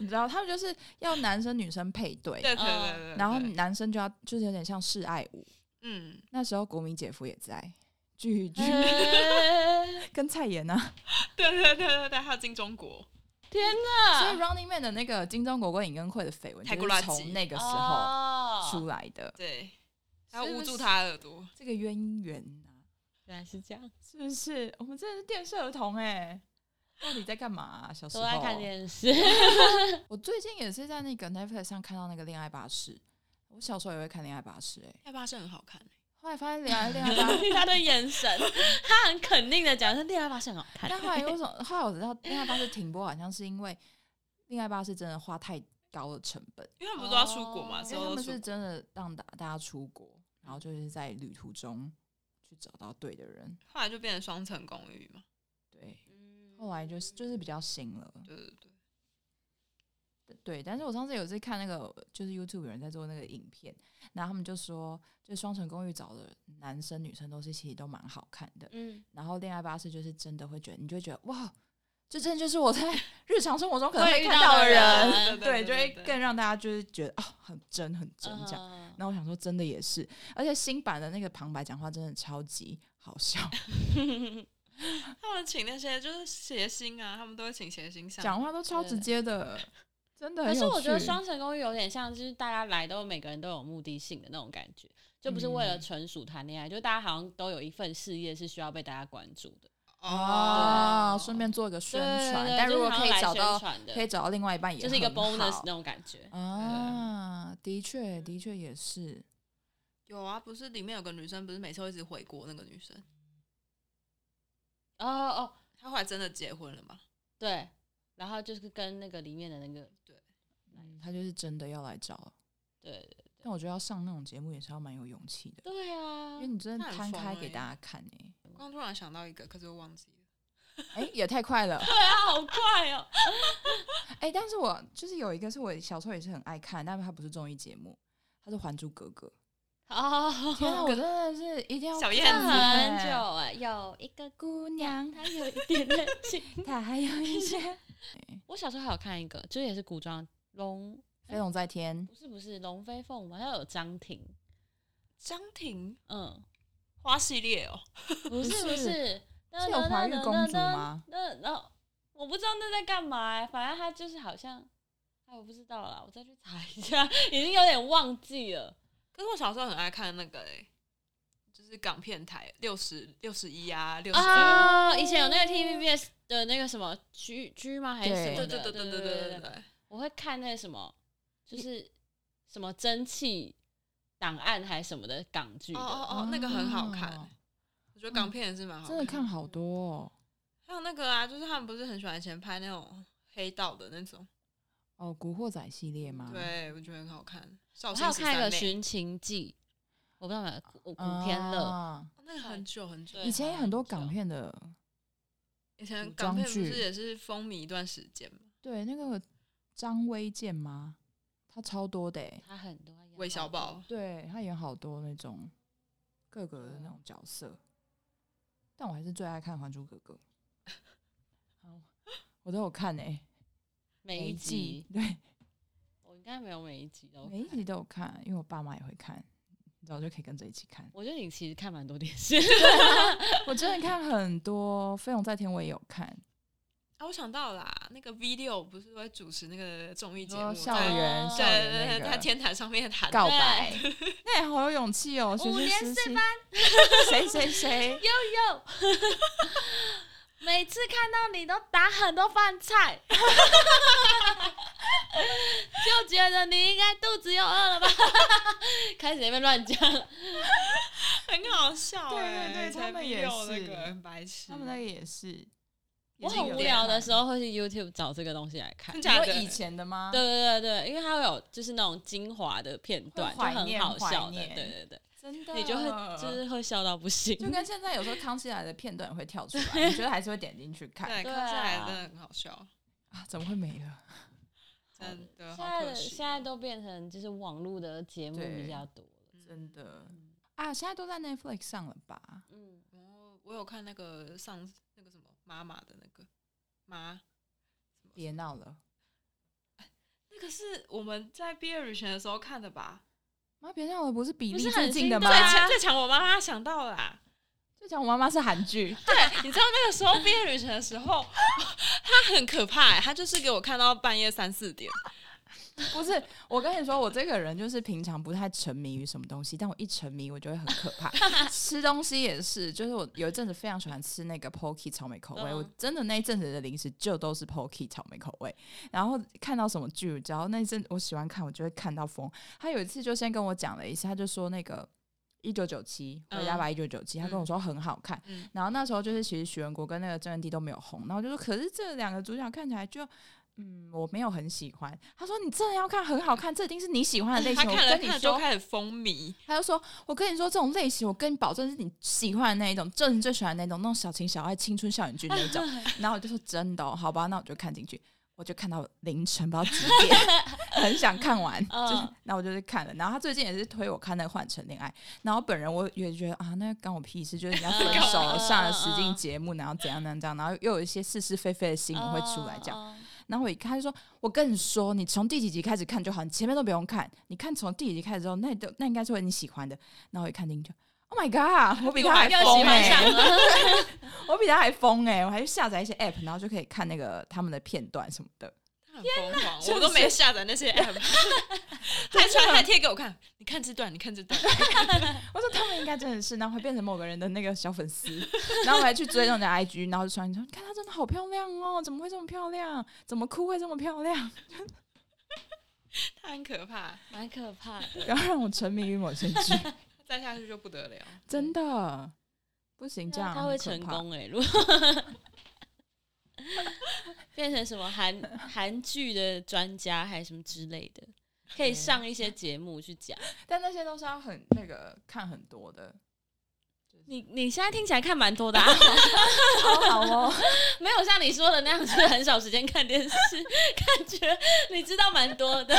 Speaker 3: 你知道他们就是要男生女生配对，
Speaker 1: 对对对对
Speaker 2: 嗯
Speaker 1: 对
Speaker 3: 哦然后
Speaker 1: 对
Speaker 3: 男生就要就是有点像示爱舞。
Speaker 1: 嗯，
Speaker 3: 那时候国民姐夫也在，巨巨、跟蔡妍啊，
Speaker 1: <laughs> 对对对对对，还有金钟国，
Speaker 2: 天哪！
Speaker 3: 所以 Running Man 的那个金钟国跟尹根惠的绯闻
Speaker 1: 嗯太
Speaker 3: 就
Speaker 1: 古拉
Speaker 3: 是
Speaker 1: 吉
Speaker 3: 从那个时候
Speaker 2: 候
Speaker 3: 出来的，
Speaker 1: 哦对，还要
Speaker 3: 是不
Speaker 1: 捂住
Speaker 3: 是
Speaker 1: 他的耳朵，
Speaker 3: 这个渊源啊。
Speaker 2: 原来是这样，
Speaker 3: 是不是？我们真的是电视儿童哎、到底在干嘛啊、小时
Speaker 2: 都
Speaker 3: 候
Speaker 2: 在看电视。
Speaker 3: 我最近也是在那个 Netflix 上看到那个《恋爱巴士》，我小时候也会看《恋爱巴士》哎，
Speaker 1: 要不然是很好看、欸
Speaker 3: 后来发现《恋爱恋爱巴士》，
Speaker 2: <laughs> 他的眼神，他很肯定的讲，是恋爱发现很好看。
Speaker 3: <laughs> 但后
Speaker 2: <laughs>
Speaker 3: 来为什么？后来我知道《恋爱巴士》停播，好像是因为《恋爱巴士》真的花太高的成本，
Speaker 1: 因为他们不是都要出国嘛，
Speaker 2: 哦
Speaker 1: 之
Speaker 3: 因为
Speaker 1: 后都
Speaker 3: 他们
Speaker 1: 出
Speaker 3: 是
Speaker 1: 国，
Speaker 3: 真的让大大家出国，然后就是在旅途中去找到对的人。
Speaker 1: 后来就变成双层公寓嘛，
Speaker 2: 嗯
Speaker 3: 嗯对，后来就是就是比较新了。
Speaker 1: 对对对。
Speaker 3: 对，但是我上次有一次看那个，就是 YouTube 有人在做那个影片，然后他们就说，就双城公寓找的男生女生都是其实都蛮好看的，
Speaker 2: 嗯，
Speaker 3: 然后恋爱巴士就是真的会觉得，你就会觉得哇，这真的就是我在日常生活中可能会看到的人，
Speaker 2: 人
Speaker 3: 对，就会更让大家就是觉得啊、很真很真这样。
Speaker 2: 样
Speaker 3: 那我想说，真的也是，而且新版的那个旁白讲话真的超级
Speaker 2: <laughs>
Speaker 3: 好笑，
Speaker 1: 他们请那些就是谐星啊，他们都会请谐星上。
Speaker 3: 讲话都超直接的，真的
Speaker 2: 可
Speaker 3: 很有
Speaker 2: 是
Speaker 3: 趣。
Speaker 2: 我觉得双城公寓有点像，就是大家来都每个人都有目的性的那种感觉，就不是为了
Speaker 3: 嗯
Speaker 2: 纯属谈恋爱，就大家好像都有一份事业是需要被大家关注的。
Speaker 3: 哦，顺便做一个宣
Speaker 2: 对
Speaker 3: 传，
Speaker 2: 对
Speaker 3: 但
Speaker 2: 就
Speaker 3: 如
Speaker 2: 是
Speaker 3: 果
Speaker 2: 好像
Speaker 3: 可以
Speaker 2: 来
Speaker 3: 找
Speaker 2: 宣
Speaker 3: 到
Speaker 2: 传的，
Speaker 3: 可以找到另外一半也
Speaker 2: 就是一个
Speaker 3: 很好
Speaker 2: bonus 那种感觉。
Speaker 3: 啊，的确的确也是，
Speaker 1: 有啊，不是里面有个女生，不是每次会一直回国那个女生，
Speaker 2: 哦哦，
Speaker 1: 她后来真的结婚了嘛？
Speaker 2: 对，然后就是跟那个里面的那个，
Speaker 3: 他就是真的要来找。
Speaker 2: 对
Speaker 3: 但我觉得要上那种节目也是要蛮有勇气的，
Speaker 2: 对啊
Speaker 3: 因为，你真的
Speaker 1: 那很
Speaker 3: 摊
Speaker 1: 疯
Speaker 3: 开
Speaker 1: 欸
Speaker 3: 给大家看诶、
Speaker 1: 刚突然想到一个，可是我忘记了。
Speaker 3: 哎、也太快了
Speaker 2: 对 <laughs> 啊，好快
Speaker 3: <laughs>
Speaker 2: 哦。
Speaker 3: 哎、但是我就是有一个是我小时候也是很爱看，但是它不是综艺节目，它是《还珠格格》。
Speaker 2: 哦，
Speaker 3: <laughs> 天啊，我真的是一定要
Speaker 1: 小
Speaker 3: 看
Speaker 1: 燕
Speaker 2: 看
Speaker 1: 子
Speaker 2: 很
Speaker 3: 欸
Speaker 2: 久哎，有一个
Speaker 3: 姑娘，
Speaker 2: 她有一点任性。 <laughs>
Speaker 3: 她还有一 <laughs> 些哎
Speaker 2: 我小时候还有看一个，就是也是古装龙
Speaker 3: 飞龙在天
Speaker 2: 不是不是，龙飞凤舞好像有张庭，
Speaker 1: 张庭
Speaker 2: 嗯，
Speaker 1: 花系列哦，
Speaker 2: 不是
Speaker 3: 是
Speaker 2: 不是，那
Speaker 3: 是有怀玉公主？吗？
Speaker 2: 那那那我不知道那在干嘛、欸，反正他就是好像，哎，我不知道啦，我再去查一下，已经有点忘记了。
Speaker 1: 可是我小时候很爱看那个诶、就是港片台六十六十一啊，六十二，
Speaker 3: 哦
Speaker 2: 啊，以前有那个 TVBS 的那个什么 G G 吗？还是什
Speaker 3: 对
Speaker 2: 么
Speaker 1: 对
Speaker 2: 的？
Speaker 1: 对对对对对对
Speaker 2: 对，
Speaker 1: 对，
Speaker 2: 我会看那个什么，就是什么蒸汽档案还是什么的港剧的。
Speaker 1: 哦哦哦，那个很好看，
Speaker 3: 哦嗯
Speaker 1: 我觉得港片也是蛮好看
Speaker 3: 真的看好多、哦。
Speaker 1: 还有那个啊，就是他们不是很喜欢以前拍那种黑道的那种，
Speaker 3: 哦，古惑仔系列吗？，
Speaker 1: 对我觉得很好看。少
Speaker 2: 我还有
Speaker 1: 林十
Speaker 2: 看一个
Speaker 1: 哦三妹，
Speaker 2: 《寻情记》，我不知道有没有古古天乐。
Speaker 3: 啊
Speaker 1: 哦那个很久很久
Speaker 2: 对，
Speaker 3: 以前也很多港片的，
Speaker 1: 以前
Speaker 3: 古
Speaker 1: 港
Speaker 3: 装
Speaker 1: 片不是
Speaker 3: 剧
Speaker 1: 也是风靡一段时间嘛？
Speaker 3: 对那个张卫健吗？他超多的、欸，
Speaker 2: 他很多他演
Speaker 1: 韦小
Speaker 2: 好多
Speaker 1: 宝，
Speaker 3: 对他演好多那种各个的那
Speaker 2: 哦
Speaker 3: 种角色，但我还是最爱看《还珠格格》好，我都有看欸诶、
Speaker 2: 每一集，
Speaker 3: 对
Speaker 2: 我应该没有每一集哦都看
Speaker 3: 每一集都有看，因为我爸妈也会看，你知道就可以跟着一起看。
Speaker 2: 我觉得你其实看蛮多电视， <laughs>
Speaker 3: 我真的看很多《飞龙在天》，我也有看，
Speaker 1: 啊，我想到啦，那个 V 六不是会主持那个综艺节目在，
Speaker 3: 说校园
Speaker 2: 哦
Speaker 1: 对
Speaker 3: 校园
Speaker 1: 对对，
Speaker 3: 那个
Speaker 1: 在天台上面谈
Speaker 3: 告
Speaker 1: 对
Speaker 3: 白，那也好有勇气哦！学
Speaker 2: 五
Speaker 3: 生
Speaker 2: 年
Speaker 3: 时
Speaker 2: 四
Speaker 3: 期
Speaker 2: 班，
Speaker 3: 谁
Speaker 2: <laughs>
Speaker 3: 谁谁，
Speaker 2: 每次看到你都打很多饭菜，就觉得你应该肚子又饿了吧？ <laughs> 开始在那边乱讲，
Speaker 1: 很好笑
Speaker 3: 对
Speaker 1: 欸。
Speaker 3: 对对
Speaker 1: 在
Speaker 3: 他们
Speaker 1: V6
Speaker 3: 也
Speaker 1: 那
Speaker 3: 是
Speaker 1: 个很白痴，
Speaker 3: 他们那个也是。
Speaker 2: 我很无聊的时候会去 YouTube 找这个东西来看
Speaker 1: 真。
Speaker 3: 你
Speaker 1: 假
Speaker 3: 说
Speaker 1: 的
Speaker 3: 以前的吗？
Speaker 2: 对，对对对，因为它会有就是那种精华的片段，就
Speaker 3: 会怀
Speaker 2: 很
Speaker 3: 念
Speaker 2: 好笑的，
Speaker 3: 怀念
Speaker 2: 对对对，
Speaker 3: 真的，
Speaker 2: 你就会就是会笑到不行。
Speaker 3: 就跟现在有时候康熙来的片段也会跳出来，你觉得还是会点
Speaker 2: <laughs>
Speaker 3: 进去看
Speaker 1: 对，看
Speaker 2: 对
Speaker 1: 下来
Speaker 2: 啊
Speaker 1: 真的很好笑，
Speaker 3: 啊？怎么会没了？
Speaker 1: 真的
Speaker 2: 现
Speaker 1: 好
Speaker 2: 在
Speaker 1: 可
Speaker 2: 的
Speaker 1: 惜哦。
Speaker 2: 现在都变成就是网络的节目
Speaker 3: 对
Speaker 2: 比较多了，
Speaker 3: 真的啊，现在都在 Netflix 上了吧？
Speaker 2: 嗯，
Speaker 1: 然后哦我有看那个上那个什么妈妈的那个妈，
Speaker 3: 别闹了，
Speaker 1: 那个是我们在毕业旅行的时候看的吧？
Speaker 3: 妈别闹了，不是比
Speaker 2: 不
Speaker 3: 利
Speaker 2: 是很
Speaker 3: 最近的
Speaker 2: 新
Speaker 3: 吗
Speaker 2: 的？啊
Speaker 1: 最强最强，我妈妈想到啦、
Speaker 3: 就讲我妈妈是韩剧，
Speaker 1: 对，你知道那个时候毕业旅行的时候， <laughs> 她很可怕、欸，她就是给我看到半夜三四点。
Speaker 3: <laughs> 不是，我跟你说，我这个人就是平常不太沉迷于什么东西，但我一沉迷，我就会很可怕。吃东西也是，就是我有一阵子非常喜欢吃那个 Pocky 草莓口味，
Speaker 2: 嗯
Speaker 3: 我真的那一阵子的零食就都是 Pocky 草莓口味。然后看到什么剧，只要那一阵我喜欢看，我就会看到疯。他有一次就先跟我讲了一下，他就说那个。一九九七，回家吧！一九九七，他跟我说很好看。
Speaker 1: 嗯
Speaker 3: 然后那时候就是，其实许文国跟那个郑恩地都没有红。然后我就说，可是这两个主角看起来就嗯，我没有很喜欢。他说你真的要看，很好看，这一定是你喜欢的类
Speaker 1: <laughs> 她
Speaker 3: 型。我
Speaker 1: 看了
Speaker 3: 跟你
Speaker 1: 看了就
Speaker 3: 说，
Speaker 1: 开始风靡，
Speaker 3: 他就说，我跟你说这种类型，我跟你保证是你喜欢的那一种，就是
Speaker 1: <laughs>
Speaker 3: 你最喜欢的那种，那种小情小爱、青春校园剧那一种。然后我就说真的、哦，好吧，那我就看进去。我就看到凌晨不知道几点， <laughs> 很想看完，就是
Speaker 2: 嗯
Speaker 3: 那我就去看了。然后他最近也是推我看那个《换成恋爱》，然后本人我也觉得啊，那干我屁事，就是人家分手
Speaker 1: <laughs>
Speaker 3: 了，
Speaker 2: 嗯
Speaker 3: 上了
Speaker 2: 嗯
Speaker 3: 实境
Speaker 2: 嗯
Speaker 3: 节目，然后怎样怎样怎样，然后又有一些是是非非的新闻会出来这样。
Speaker 2: 哦。哦
Speaker 3: 然后我一看，他就说：“我跟你说，你从第几集开始看就好，你前面都不用看，你看从第几集开始之后，那你都那应该是会你喜欢的。”然后我一看进去，Oh my god！我比他还
Speaker 2: 嗯
Speaker 1: 又
Speaker 3: 疯
Speaker 1: 喜
Speaker 2: 欸
Speaker 1: 欢
Speaker 3: 哎、
Speaker 1: 上
Speaker 2: <laughs>
Speaker 1: 了，
Speaker 3: 我比他还疯哎、我还去下载一些 app，然后就可以看那个他们的片段什么的。
Speaker 1: 他很疯狂，
Speaker 3: 是不
Speaker 1: 我都没
Speaker 3: 是
Speaker 1: 下载那
Speaker 3: <laughs>
Speaker 1: 些 app，还传还贴给我看，你看这段，你看这段，
Speaker 3: 我说他们应该真的是，然后会变成某个人的那个小粉丝。 <laughs> 然后我还去追踪人家 IG，然后就传说：“你看她真的好漂亮哦，怎么会这么漂亮？怎么哭会这么漂亮 <laughs>
Speaker 1: 他很可怕，
Speaker 2: 蛮可怕的。？”
Speaker 3: 不要让我沉迷于某些剧，
Speaker 1: 再下去就不得了。
Speaker 3: 真的不行，这样
Speaker 2: 他会
Speaker 3: 很可
Speaker 2: 成
Speaker 3: 怕
Speaker 2: 功哎、如果 <laughs> 变成什么韩韩剧的专家还是什么之类的，可以上一些节目去讲。
Speaker 3: 但那些都是要很那个看很多
Speaker 2: <laughs>
Speaker 3: 的。
Speaker 2: 你你现在听起来看蛮多的、 <laughs> 啊，
Speaker 3: 好哦，
Speaker 2: 没有像你说的那样子很少时间看电视， <laughs> 感觉你知道蛮多的。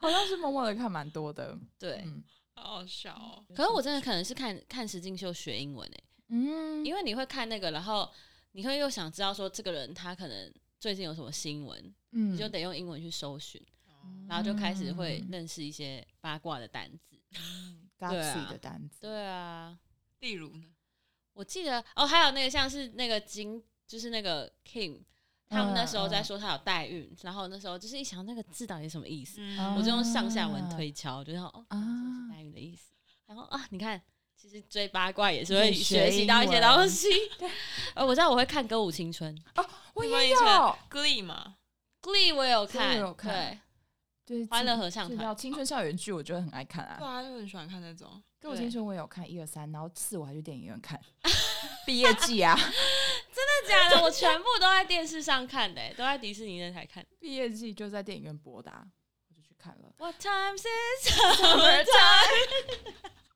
Speaker 3: 好像是默默的看蛮多的。
Speaker 2: 对，
Speaker 3: 嗯
Speaker 1: 好好笑哦！
Speaker 2: 可是我真的可能是看看石进秀学英文哎、
Speaker 3: 嗯，
Speaker 2: 因为你会看那个，然后你会又想知道说这个人他可能最近有什么新闻，
Speaker 3: 嗯
Speaker 2: 你就得用英文去搜寻。
Speaker 1: 哦
Speaker 2: 然后就开始会
Speaker 3: 嗯
Speaker 2: 认识一些八卦的单子。
Speaker 3: Gossip 嗯的单子，
Speaker 2: 对啊，
Speaker 1: 例如呢？
Speaker 2: 我记得哦，还有那个像是那个金，就是那个 Kim，他们那时候在说他有代孕，然后那时候就是一想那个字到底什么意思，
Speaker 3: 嗯
Speaker 2: 我就用上下文推敲，就是哦，
Speaker 3: 啊
Speaker 2: 这是代孕的意思。然后啊，你看。其实追八卦也是会
Speaker 3: 也
Speaker 2: 学
Speaker 3: 学
Speaker 2: 习到一些
Speaker 3: 英文
Speaker 2: 东西。 <laughs> 呃，我知道我会看《歌舞青春》
Speaker 3: 我
Speaker 1: 你们
Speaker 3: 也
Speaker 1: 以
Speaker 3: 有
Speaker 1: 前，Glee 嘛，
Speaker 2: ，Glee 我有
Speaker 3: Glee
Speaker 2: 看，
Speaker 3: 我有看
Speaker 2: 对，
Speaker 3: 对，
Speaker 2: 欢乐合唱
Speaker 3: 这
Speaker 2: 团
Speaker 3: 叫青春校园剧，我觉得很爱看
Speaker 1: 对
Speaker 3: 啊。
Speaker 1: 啊，就很喜欢看那种。
Speaker 3: 跟我
Speaker 2: 对
Speaker 3: 青春我也有看一二三，然后四我还去电影院
Speaker 2: <laughs>
Speaker 3: 看毕业季啊，
Speaker 2: 真的假的？我全部都在电视上看的、都在迪士尼那台
Speaker 3: <laughs>
Speaker 2: 看。
Speaker 3: 毕业季就在电影院播的啊，我就去看
Speaker 2: <laughs>
Speaker 3: 了。
Speaker 2: What time is <laughs> summertime？
Speaker 1: <laughs>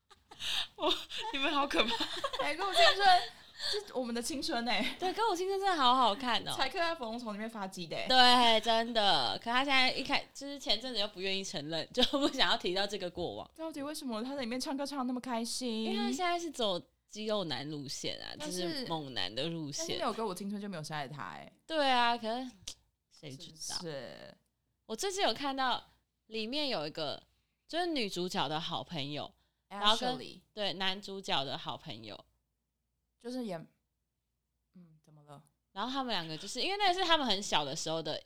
Speaker 1: 你们好可怕！
Speaker 3: 哎，跟我青春，这是我们的青春哎，
Speaker 2: 对，《歌舞青春》真的好好看哦。
Speaker 3: 柴克在粉红虫里面发迹的欸。
Speaker 2: 对，真的。可他现在一开，就是前阵子又不愿意承认，就不想要提到这个过往，
Speaker 3: 到底为什么他在里面唱歌唱的那么开心？
Speaker 2: 因为他现在是走肌肉男路线啊，
Speaker 3: 嗯但
Speaker 2: 就是是猛男的路
Speaker 3: 但是没
Speaker 2: 线。
Speaker 3: 有歌，我青春就没有伤害他哎、
Speaker 2: 对啊，可是谁
Speaker 3: 真
Speaker 2: 知道？
Speaker 3: 是
Speaker 2: 我最近有看到里面有一个，就是女主角的好朋友，然后跟
Speaker 3: 哎 Ashley
Speaker 2: 对男主角的好朋友，
Speaker 3: 就是也，嗯，怎么了？
Speaker 2: 然后他们两个就是因为那个是他们很小的时候的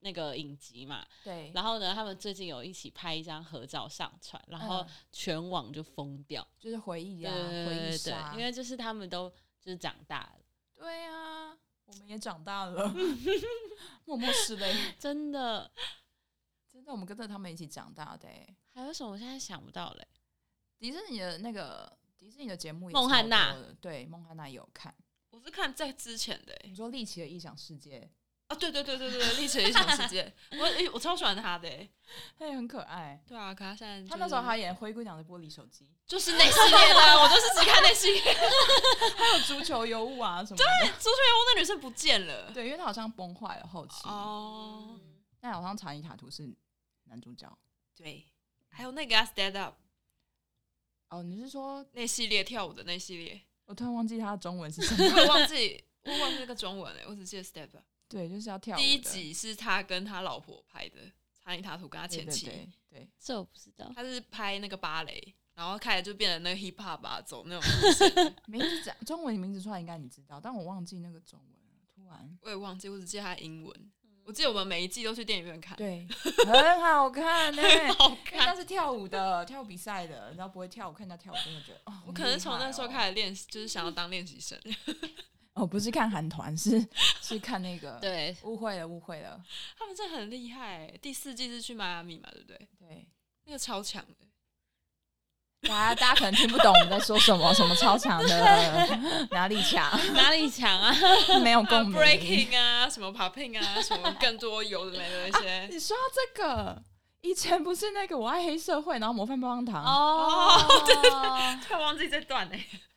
Speaker 2: 那个影集嘛，
Speaker 3: 对，
Speaker 2: 然后呢，他们最近有一起拍一张合照上传，然后
Speaker 3: 嗯
Speaker 2: 全网就疯掉。
Speaker 3: 就是回忆
Speaker 2: 对
Speaker 3: 啊，回忆
Speaker 2: 对对
Speaker 3: 杀，
Speaker 2: 对，因为就是他们都就是长大了，
Speaker 3: 对啊，我们也长大了， <laughs> 默默拭泪。
Speaker 2: 真的。
Speaker 3: 真的，我们跟着他们一起长大的、欸。
Speaker 2: 还有什么？我现在想不到嘞。
Speaker 3: 迪士尼的那个迪士尼的节目也
Speaker 2: 孟汉娜
Speaker 3: 超多的，对，孟汉娜也有看。
Speaker 1: 我是看在之前的欸
Speaker 3: 你说丽奇的异想世界，
Speaker 1: 啊，对对对对对，历史的一场世界，我诶我超喜欢他的欸。
Speaker 3: 他也很可爱。
Speaker 1: 对啊，可他现在就是
Speaker 3: 他那时候还演《灰姑娘的玻璃手
Speaker 2: <laughs>
Speaker 3: 机
Speaker 1: 就是那系列的，啊我就是只看那系列。 <laughs> 足》，
Speaker 3: 还有足球尤物啊什么的。
Speaker 1: 球员那女生不见了。
Speaker 3: 对，因为他好像崩坏了后期。
Speaker 1: 哦，
Speaker 3: 那好像查理塔图是男主角
Speaker 1: 对，还有那个啊 Stand Up
Speaker 3: 哦。你是说
Speaker 1: 那系列跳舞的那系列，
Speaker 3: 我突然忘记他的中文是什
Speaker 1: 我
Speaker 3: 么？
Speaker 1: 也忘记我忘记那个中文了，我只记得 Stand Up。
Speaker 3: <laughs> 对，就是要跳舞的
Speaker 1: 第一集是他跟他老婆拍的，查理塔图跟他前妻，
Speaker 3: 对对对对
Speaker 2: 这我不知道。
Speaker 1: 他是拍那个芭蕾，然后开始就变成那个 hip hop 吧，走那种路线。
Speaker 3: 名字讲中文名字出来应该你知道，但我忘记那个中文了，突然
Speaker 1: 我也忘记，我只记得他英文。我记得我们每一季都去电影院看，
Speaker 3: 对，很好看呢、欸 <laughs>
Speaker 1: 很好
Speaker 3: 因为他
Speaker 1: 看。
Speaker 3: 是跳舞的，跳舞比赛的，你知道不会跳舞，看他跳舞真的觉得，哦、
Speaker 1: 我可能从那时候
Speaker 3: 始，
Speaker 1: 开始练习，就是
Speaker 3: <laughs>
Speaker 1: 想要当练习生。 <laughs>
Speaker 3: 哦，不是看韩团， <laughs> 是是看那个，，
Speaker 2: 对，
Speaker 3: 误会了，误会了，
Speaker 1: 他们真的很厉害欸。第四季是去迈阿密嘛，对不对？
Speaker 3: 对，
Speaker 1: 那个超强的，
Speaker 3: 大家大家可能听不懂我们在说什么，什么超强
Speaker 1: <laughs>
Speaker 3: 的，哪里强， <laughs>
Speaker 2: 哪里强啊？
Speaker 3: 没有
Speaker 1: 啊
Speaker 3: 共鸣。
Speaker 1: breaking 啊，什么 popping 啊，什么更多有的没的那些。
Speaker 3: 你说到这个，以前不是那个我爱黑社会，然后模范棒棒糖，
Speaker 2: 哦，
Speaker 1: 突然忘记这段哎，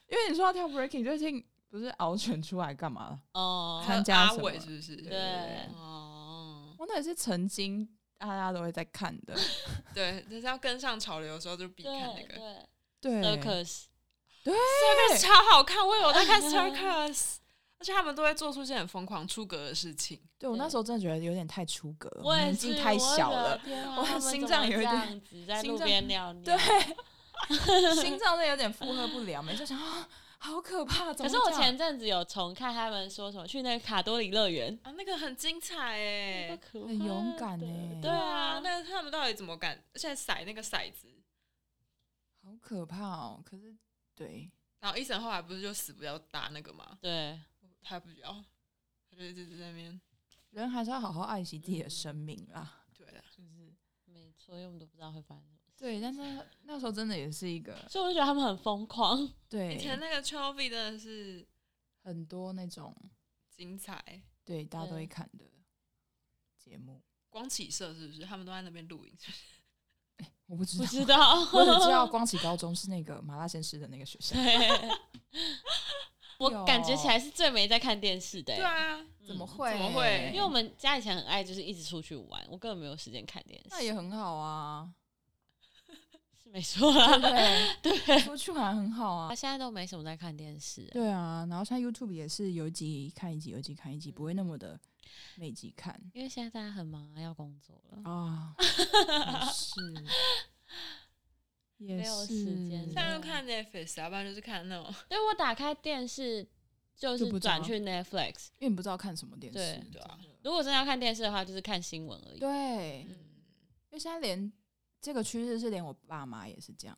Speaker 3: 因为你说要跳 breaking，最近不是敖犬出来干嘛？
Speaker 2: 哦，
Speaker 3: 参加
Speaker 1: 阿
Speaker 3: 什么
Speaker 1: 伟是不是？
Speaker 3: 对
Speaker 2: 对
Speaker 1: 哦，
Speaker 3: 我那也是曾经大家都会在看
Speaker 2: <laughs>
Speaker 3: 的，
Speaker 1: 对，就是要跟上潮流的时候就必
Speaker 2: 对
Speaker 1: 看那个。
Speaker 2: 对
Speaker 3: 对，
Speaker 2: ，circus，
Speaker 1: Circus 超好看，我有在 <laughs> 看 Circus，而且他们都会做出一些很疯狂出格的事情。
Speaker 3: 对我那
Speaker 2: 对
Speaker 3: 时候真的觉得有点太出格了，
Speaker 2: 我也
Speaker 3: 年
Speaker 2: 是啊
Speaker 3: 纪太
Speaker 2: <laughs>
Speaker 3: 小了，，我
Speaker 2: 我
Speaker 3: 的心脏有一点
Speaker 2: 点在
Speaker 3: 心
Speaker 2: 路
Speaker 3: 脏
Speaker 2: 边尿尿。
Speaker 3: 对，心脏是有点负荷不了，每次想啊，好可怕。怎
Speaker 2: 可
Speaker 3: 么
Speaker 2: 是我
Speaker 3: 会这样
Speaker 2: 前阵子有重看他们说什么去那个卡多里乐园，
Speaker 1: 啊，那个很精彩哎、
Speaker 2: 那可
Speaker 3: 很勇
Speaker 2: 怕
Speaker 3: 敢
Speaker 2: 的
Speaker 3: 欸
Speaker 2: 对啊，那
Speaker 1: 那他们到底怎么敢？而且甩那个骰子，
Speaker 3: 好可怕哦，可是对，
Speaker 1: 然后医生后来不是就死不要打那个吗？
Speaker 2: 对
Speaker 1: 他不要，他就一直在那边。
Speaker 3: 人还是要好好爱惜自己的生命啦，
Speaker 1: 对啊，
Speaker 3: 就是
Speaker 2: 没错，因为我们都不知道会发生什么事，
Speaker 3: 对。但是那时候真的也是一个
Speaker 2: 所以我就觉得他们很疯狂。
Speaker 1: 以前
Speaker 3: 对
Speaker 1: 那个 Chovy 真的是
Speaker 3: 很多那种
Speaker 1: 精彩。
Speaker 3: 对大家都会
Speaker 2: 对
Speaker 3: 看的节目，
Speaker 1: 光启社是不是？他们都在那边录影，是不是？
Speaker 3: 我不知
Speaker 2: 不
Speaker 3: 道，
Speaker 2: 知道，
Speaker 3: <laughs> 我只知道光启高中是那个麻辣鲜师的那个学校，
Speaker 2: <laughs> 对，我感觉起来是最没在看电视的、欸。
Speaker 1: 对啊，
Speaker 3: 怎么
Speaker 2: 嗯
Speaker 3: 会？
Speaker 1: 怎么会
Speaker 2: 因为我们家以前很爱就是一直出去玩，我根本没有时间看电视。
Speaker 3: 那也很好
Speaker 2: <laughs>
Speaker 3: 啊，
Speaker 2: 是没错
Speaker 3: <laughs> 对不
Speaker 2: 啦，
Speaker 3: 对？
Speaker 2: 对。
Speaker 3: 出去玩很好啊
Speaker 2: 啊，。现在都没什么在看电视欸、
Speaker 3: 对啊，然后像 YouTube 也是有一集看一集，有一集看一集，不会那么的每集看
Speaker 2: 因为现在大家很忙啊，要工作了。<laughs>
Speaker 3: 啊，也是，也
Speaker 2: 没有时间
Speaker 3: 是
Speaker 1: 现在就看 Netflix，要不然就是看那种
Speaker 2: 对我打开电视就
Speaker 3: 就不
Speaker 2: 是
Speaker 3: 知道
Speaker 2: 转去 Netflix，
Speaker 3: 因为你不知道看什么电视，
Speaker 2: 对
Speaker 3: 真
Speaker 1: 对啊
Speaker 3: 的
Speaker 2: 如果真的要看电视的话，就是看新闻而已。
Speaker 3: 对，因
Speaker 1: 嗯
Speaker 3: 为现在连这个趋势是连我爸妈也是这样，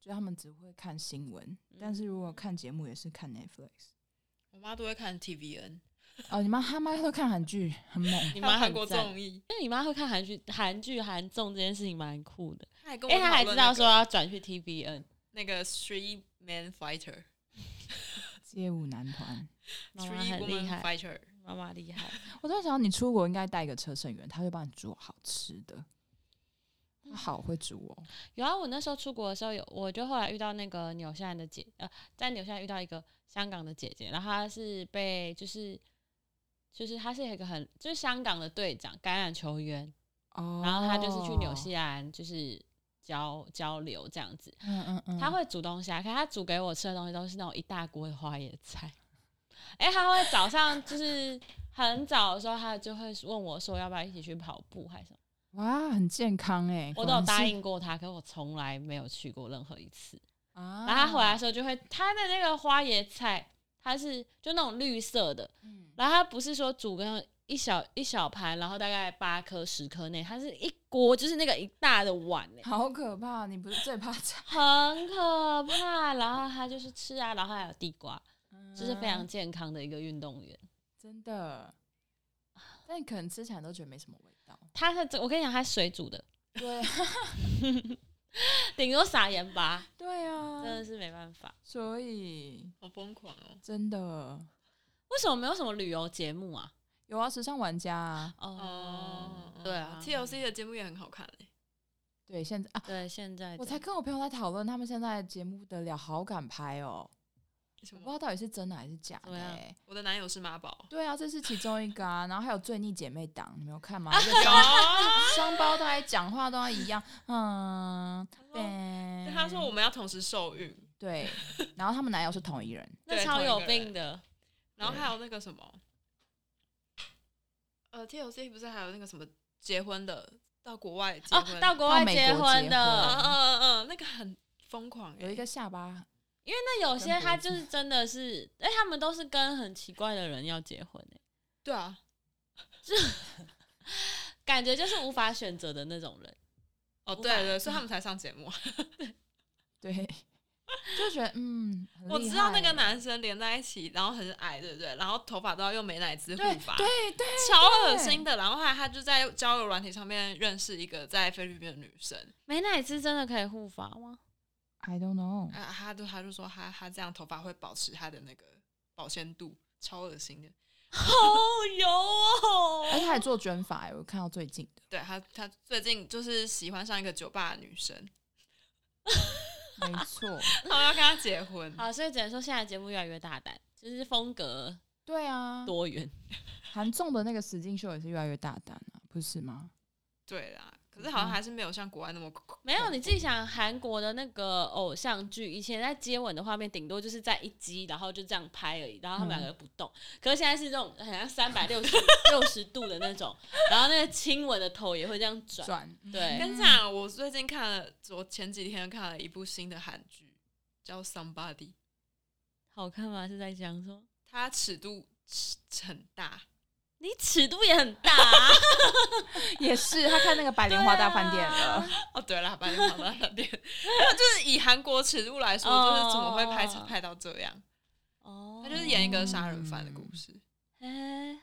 Speaker 3: 就他们只会看新闻，但是如
Speaker 2: 嗯
Speaker 3: 果看节目也是看 Netflix。
Speaker 1: 我妈都会看 TVN，
Speaker 3: 哦，你妈他妈都看韩剧，很猛。
Speaker 2: 你
Speaker 1: 你
Speaker 2: 妈
Speaker 1: 看
Speaker 2: 很
Speaker 1: 过
Speaker 2: 赞，
Speaker 1: 综艺，
Speaker 2: 因为你妈会看韩剧、韩剧、韩综这件事情蛮酷的，
Speaker 1: 她还跟
Speaker 2: 因
Speaker 1: 我
Speaker 2: 为她还
Speaker 1: 讨
Speaker 2: 知
Speaker 1: 论
Speaker 2: 道
Speaker 1: 那
Speaker 2: 说
Speaker 1: 个
Speaker 2: 要转去 TVN，
Speaker 1: 那个 Three Man Fighter。
Speaker 3: 街舞男团，
Speaker 2: 妈妈哦很厉
Speaker 1: Woman
Speaker 2: 害，
Speaker 1: Fighter，
Speaker 2: 妈妈厉害。
Speaker 3: 我在想你出国应该带一个车胜元，他会帮你煮好吃的。他好会煮哦，
Speaker 2: 有啊，我那时候出国的时候有，我就后来遇到那个纽西兰的姐，呃，在纽西兰遇到一个香港的姐姐，然后她是被就是就是她是一个很就是香港的队长感染球员，
Speaker 3: 哦，
Speaker 2: 然后她就是去纽西兰就是交交流这样子，
Speaker 3: 嗯嗯嗯，
Speaker 2: 她会煮东西啊，可是她煮给我吃的东西都是那种一大锅的花椰菜，哎、她会早上就是很早的时候，她就会问我说要不要一起去跑步还是什么，
Speaker 3: 哇，很健康哎，
Speaker 2: 我
Speaker 3: 果
Speaker 2: 都有
Speaker 3: 然
Speaker 2: 答
Speaker 3: 是
Speaker 2: 应过她，可是我从来没有去过任何一次。
Speaker 3: 啊，
Speaker 2: 然后他回来的时候就会，他的那个花椰菜，它是就那种绿色的，
Speaker 3: 嗯，
Speaker 2: 然后它不是说煮个一小一小盘，然后大概八颗十颗内，它是一锅，就是那个一大的碗欸，
Speaker 3: 好可怕，你不是最怕 <laughs> 这
Speaker 2: 很可怕。然后他就是吃啊，然后还有地瓜，就是非常
Speaker 3: 嗯
Speaker 2: 健康的一个运动员。
Speaker 3: 真的，但你可能吃起来都觉得没什么味道，
Speaker 2: 他是我跟你讲，他水煮的，
Speaker 3: 对
Speaker 2: 顶多撒盐巴，
Speaker 3: <laughs> 对
Speaker 2: 真
Speaker 3: 啊，
Speaker 2: 的是没办法。
Speaker 3: 所以
Speaker 1: 好疯狂哦！
Speaker 3: 真的
Speaker 2: 为什么没有什么旅游节目啊？
Speaker 3: 有啊，时尚玩家啊，
Speaker 1: 嗯
Speaker 2: 哦，对啊，
Speaker 1: ，TLC 的节目也很好看欸诶、
Speaker 3: 对，现在啊，
Speaker 2: 对现在的
Speaker 3: 我才跟我朋友在讨论，他们现在的节目的了好敢拍哦，
Speaker 1: 什
Speaker 3: 我不知
Speaker 1: 么？
Speaker 3: 道到底是真的还是假
Speaker 2: 怎
Speaker 3: 的
Speaker 2: 么样
Speaker 3: 欸。
Speaker 1: 我的男友是妈宝，
Speaker 3: 对啊，这是其中一个啊，然后还有《最逆姐妹档》，你没有看吗？就
Speaker 1: 有
Speaker 3: 双
Speaker 1: 啊。
Speaker 3: 双胞胎讲话都要一样，嗯，
Speaker 1: 但
Speaker 3: 对
Speaker 1: 他说我们要同时受孕，
Speaker 3: 对，然后他们男友是同一人，
Speaker 2: 那
Speaker 1: 对
Speaker 2: 超
Speaker 1: 同一
Speaker 2: 有
Speaker 1: 个人
Speaker 2: 病的。
Speaker 1: 然后还有那个什么，呃，TLC 不是还有那个什么结婚的，到国外结
Speaker 2: 哦
Speaker 1: 婚，，
Speaker 2: 到国外
Speaker 3: 到美国
Speaker 2: 结婚
Speaker 1: 嗯
Speaker 3: 结
Speaker 2: 的
Speaker 1: 嗯
Speaker 3: 婚，
Speaker 1: 嗯嗯，那个很疯狂、欸，
Speaker 3: 有一个下巴，
Speaker 2: 因为那有些
Speaker 3: 跟
Speaker 2: 他
Speaker 3: 国际
Speaker 2: 就是真的是，哎，他们都是跟很奇怪的人要结婚、欸，
Speaker 1: 对啊，
Speaker 2: 感觉就是无法选择的那种人。
Speaker 1: 哦
Speaker 2: 无
Speaker 1: 对
Speaker 2: 法
Speaker 1: 对，所以他们才上节目。啊
Speaker 3: 对，就觉得嗯，
Speaker 1: <laughs>
Speaker 3: 很
Speaker 1: 我
Speaker 3: 厉
Speaker 1: 知道
Speaker 3: 害
Speaker 1: 那个男生连在一起，然后很矮，对不对？然后头发都要用美乃滋护
Speaker 3: 对
Speaker 1: 发，
Speaker 3: 对对，
Speaker 1: 超恶心的。然后后来他就在交友软体上面认识一个在菲律宾的女生，
Speaker 2: 美乃滋真的可以护发吗？
Speaker 3: I don't know，
Speaker 1: 啊，他就他就说他他这样头发会保持他的那个保鲜度，超恶心的。
Speaker 2: 好油
Speaker 3: 而
Speaker 2: 哦！
Speaker 3: 且还做卷发欸，我看到最近的
Speaker 1: 对他他最近就是喜欢上一个酒吧的女生，
Speaker 3: 没错，
Speaker 1: 然后要跟他结婚。
Speaker 2: 好，所以只能说现在节目越来越大胆，就是风格
Speaker 3: <laughs> 对啊，
Speaker 2: 多元。
Speaker 3: 韩综的那个实境秀也是越来越大胆啊，不是吗？
Speaker 1: 对啦，可是好像还是没有像国外那么恐怖
Speaker 2: 没有，你自己想韩国的那个偶像剧，以前在接吻的画面，顶多就是在一击，然后就这样拍而已，然后他们两个不动。可是现在是这种很像三百六十 <laughs> 六十度的那种，然后那个亲吻的头也会这样转。
Speaker 3: 转嗯
Speaker 2: 对
Speaker 1: 跟你讲，我最近看了，我前几天看了一部新的韩剧，叫《Somebody》，
Speaker 2: 好看吗？是在讲说
Speaker 1: 它尺度尺很大，
Speaker 2: 你尺度也很大、啊， <laughs>
Speaker 3: 也是，他看那个《白莲花大饭店》了，
Speaker 1: 哦，对了，把你跑到那边， <laughs> 那就是以韩国尺度来说，就是怎么会拍
Speaker 2: 哦
Speaker 1: 拍到这样？
Speaker 2: 哦
Speaker 1: 他就是演一个杀人犯的故事，
Speaker 2: 哎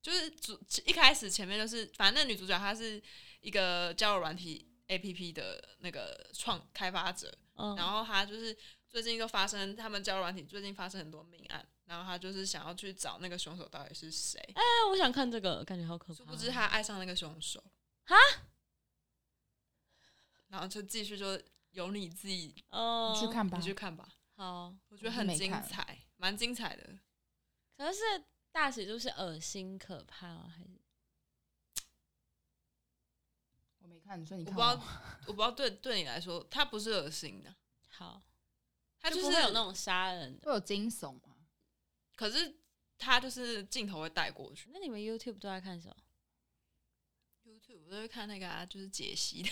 Speaker 1: 就是主一开始前面就是，反正那女主角她是一个交友软体 A P P 的那个创开发者，
Speaker 2: 嗯
Speaker 1: 然后她就是最近就发生他们交友软体最近发生很多命案，然后她就是想要去找那个凶手到底是谁，
Speaker 2: 哎，我想看这个，感觉好可怕。
Speaker 1: 殊不知她爱上那个凶手
Speaker 2: 哈，
Speaker 1: 然后就继续就由你自己
Speaker 2: 哦，
Speaker 3: 你去看吧
Speaker 1: 啊你。去看吧，
Speaker 2: 好，
Speaker 1: 我觉得
Speaker 3: 我是
Speaker 1: 很
Speaker 3: 没
Speaker 1: 精
Speaker 3: 看
Speaker 1: 彩，蛮精彩的。
Speaker 2: 可是大尺度是恶心可怕吗？还是
Speaker 3: 我没看，你说你
Speaker 1: 我
Speaker 3: 看
Speaker 1: 不知道
Speaker 3: 吗？，
Speaker 1: 我不知道对对你来说，它不是恶心的，
Speaker 2: 好？
Speaker 1: 它
Speaker 2: 就是不会有那，种杀人的。
Speaker 3: 会有惊悚吗？
Speaker 1: 可是它就是镜头会带过去。
Speaker 2: 那你们 YouTube 都在看什么？
Speaker 1: YouTube 我都会看那个啊，就是解析 <laughs> 的，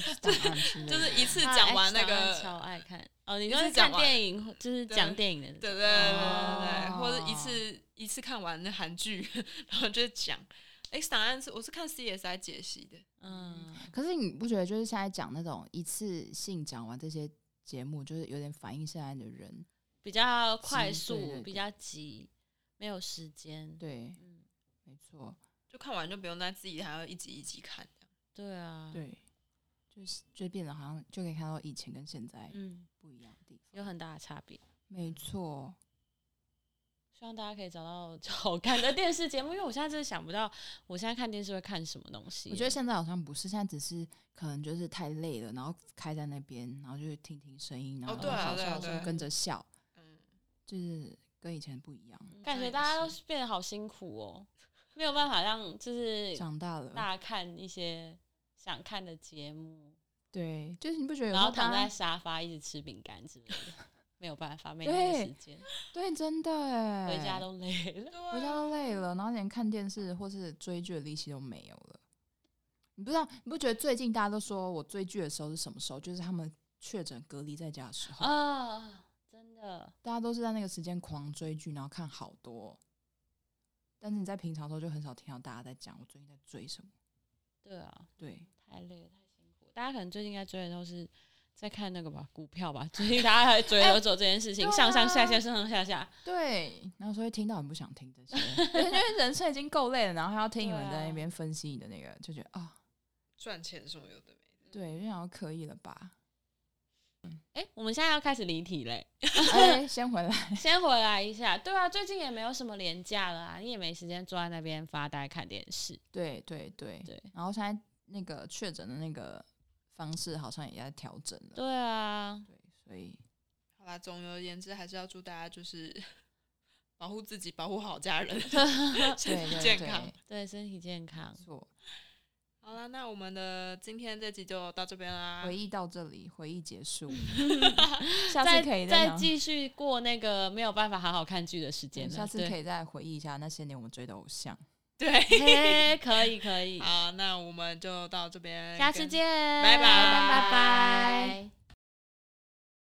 Speaker 3: X 档案之类的
Speaker 1: 就是一次讲完那
Speaker 2: 啊
Speaker 1: 个，
Speaker 2: X 档案超爱看哦。你
Speaker 1: 一
Speaker 2: 说
Speaker 1: 次
Speaker 2: 是
Speaker 1: 讲
Speaker 2: 看
Speaker 1: 完
Speaker 2: 电影，就是
Speaker 1: 对
Speaker 2: 讲电影的，
Speaker 1: 对对对对对，
Speaker 3: 哦
Speaker 1: 或者一次一次看完那韩剧，然后就讲。X 档案是我是看 CSI 解析的，
Speaker 2: 嗯，
Speaker 3: 可是你不觉得就是现在讲那种一次性讲完这些节目，就是有点反映现在的人？
Speaker 2: 比较快
Speaker 3: 急对对
Speaker 2: 速，
Speaker 3: 对
Speaker 2: 比较急，没有时间。
Speaker 3: 对，
Speaker 2: 嗯，
Speaker 3: 没错，
Speaker 1: 就看完就不用再自己还要一集一集看。
Speaker 2: 对啊，
Speaker 3: 对，就是就变得好像就可以看到以前跟现在
Speaker 2: 嗯，
Speaker 3: 不一样的地方。
Speaker 2: 有很大的差别。
Speaker 3: 没错，
Speaker 2: 希望大家可以找到 <laughs> 好看的电视节目，因为我现在真的想不到，我现在看电视会看什么东西。
Speaker 3: 我觉得现在好像不是，现在只是可能就是太累了，然后开在那边，然后就听听声音，然后
Speaker 1: 哦对啊
Speaker 3: 好
Speaker 1: 对啊
Speaker 3: 笑的时
Speaker 1: 对啊
Speaker 3: 候跟着笑，
Speaker 1: 嗯，
Speaker 3: 就是跟以前不一样。
Speaker 2: 感觉大家都变得好辛苦哦，没有办法让就是
Speaker 3: 长大了，
Speaker 2: 大看一些想看的节目，
Speaker 3: 对，就是你不觉得有
Speaker 2: 然
Speaker 3: 时
Speaker 2: 后
Speaker 3: 候
Speaker 2: 躺
Speaker 3: 大
Speaker 2: 在
Speaker 3: 家？
Speaker 2: 沙发一直吃饼干之类的，没有办法，没那个
Speaker 3: 对
Speaker 2: 时间，
Speaker 3: 对，真的哎，
Speaker 2: 回家都累了。
Speaker 1: 对啊
Speaker 3: 回家都累了，然后连看电视或是追剧的力气都没有了。你不知道，你不觉得最近大家都说我追剧的时候是什么时候？就是他们确诊隔离在家的时候，
Speaker 2: <laughs> 啊，真的，
Speaker 3: 大家都是在那个时间狂追剧，然后看好多。但是你在平常的时候就很少听到大家在讲我最近在追什么。
Speaker 2: 对啊，
Speaker 3: 对，
Speaker 2: 太累了，太辛苦了。大家可能最近在追的都是在看那个吧，股票吧，最近大家在追有走这件事情，
Speaker 3: 对啊
Speaker 2: 上上下下，上上下下。
Speaker 3: 对，然后所以听到很不想听这些，因为人生已经够累了，然后还要听你们在那边分析你的那个，就觉得啊、
Speaker 1: 赚钱什么有的没的。
Speaker 3: 对，就想要可以了
Speaker 1: <laughs>
Speaker 3: 吧？
Speaker 2: 哎、我们现在要开始离题 <laughs> 嘞，
Speaker 3: 哎、先回来。
Speaker 2: 先回来一下。对啊，最近也没有什么廉价了啊，你也没时间坐在那边发呆看电视。
Speaker 3: 对对对
Speaker 2: 对
Speaker 3: 然后现在那个确诊的那个方式好像也在调整了，
Speaker 2: 对啊，
Speaker 3: 对，所以
Speaker 1: 好啦，总而言之，还是要祝大家就是 <laughs> 保护自己，保护好家
Speaker 3: <laughs>
Speaker 1: 人， <laughs> 身
Speaker 3: 对
Speaker 1: 体
Speaker 3: 对
Speaker 1: 健
Speaker 3: 对
Speaker 1: 康。
Speaker 2: 对身体健康
Speaker 3: 没。错，
Speaker 1: 好啦，那我们的今天这集就到这边啦。
Speaker 3: 回忆到这里，回忆结
Speaker 1: <laughs>
Speaker 3: 束，下
Speaker 2: 再
Speaker 3: 次可以
Speaker 2: 再
Speaker 3: 聊
Speaker 2: 继续过那个没有办法好好看剧的时间了。
Speaker 3: 下次可
Speaker 2: 以，
Speaker 3: 以再回忆一下那些年我们追的偶像，
Speaker 1: 对，
Speaker 2: 嘿 <laughs> 可以可以，
Speaker 1: 好，那我们就到这边，
Speaker 2: 下次
Speaker 1: 跟
Speaker 2: 见，
Speaker 1: 拜拜
Speaker 2: 拜拜。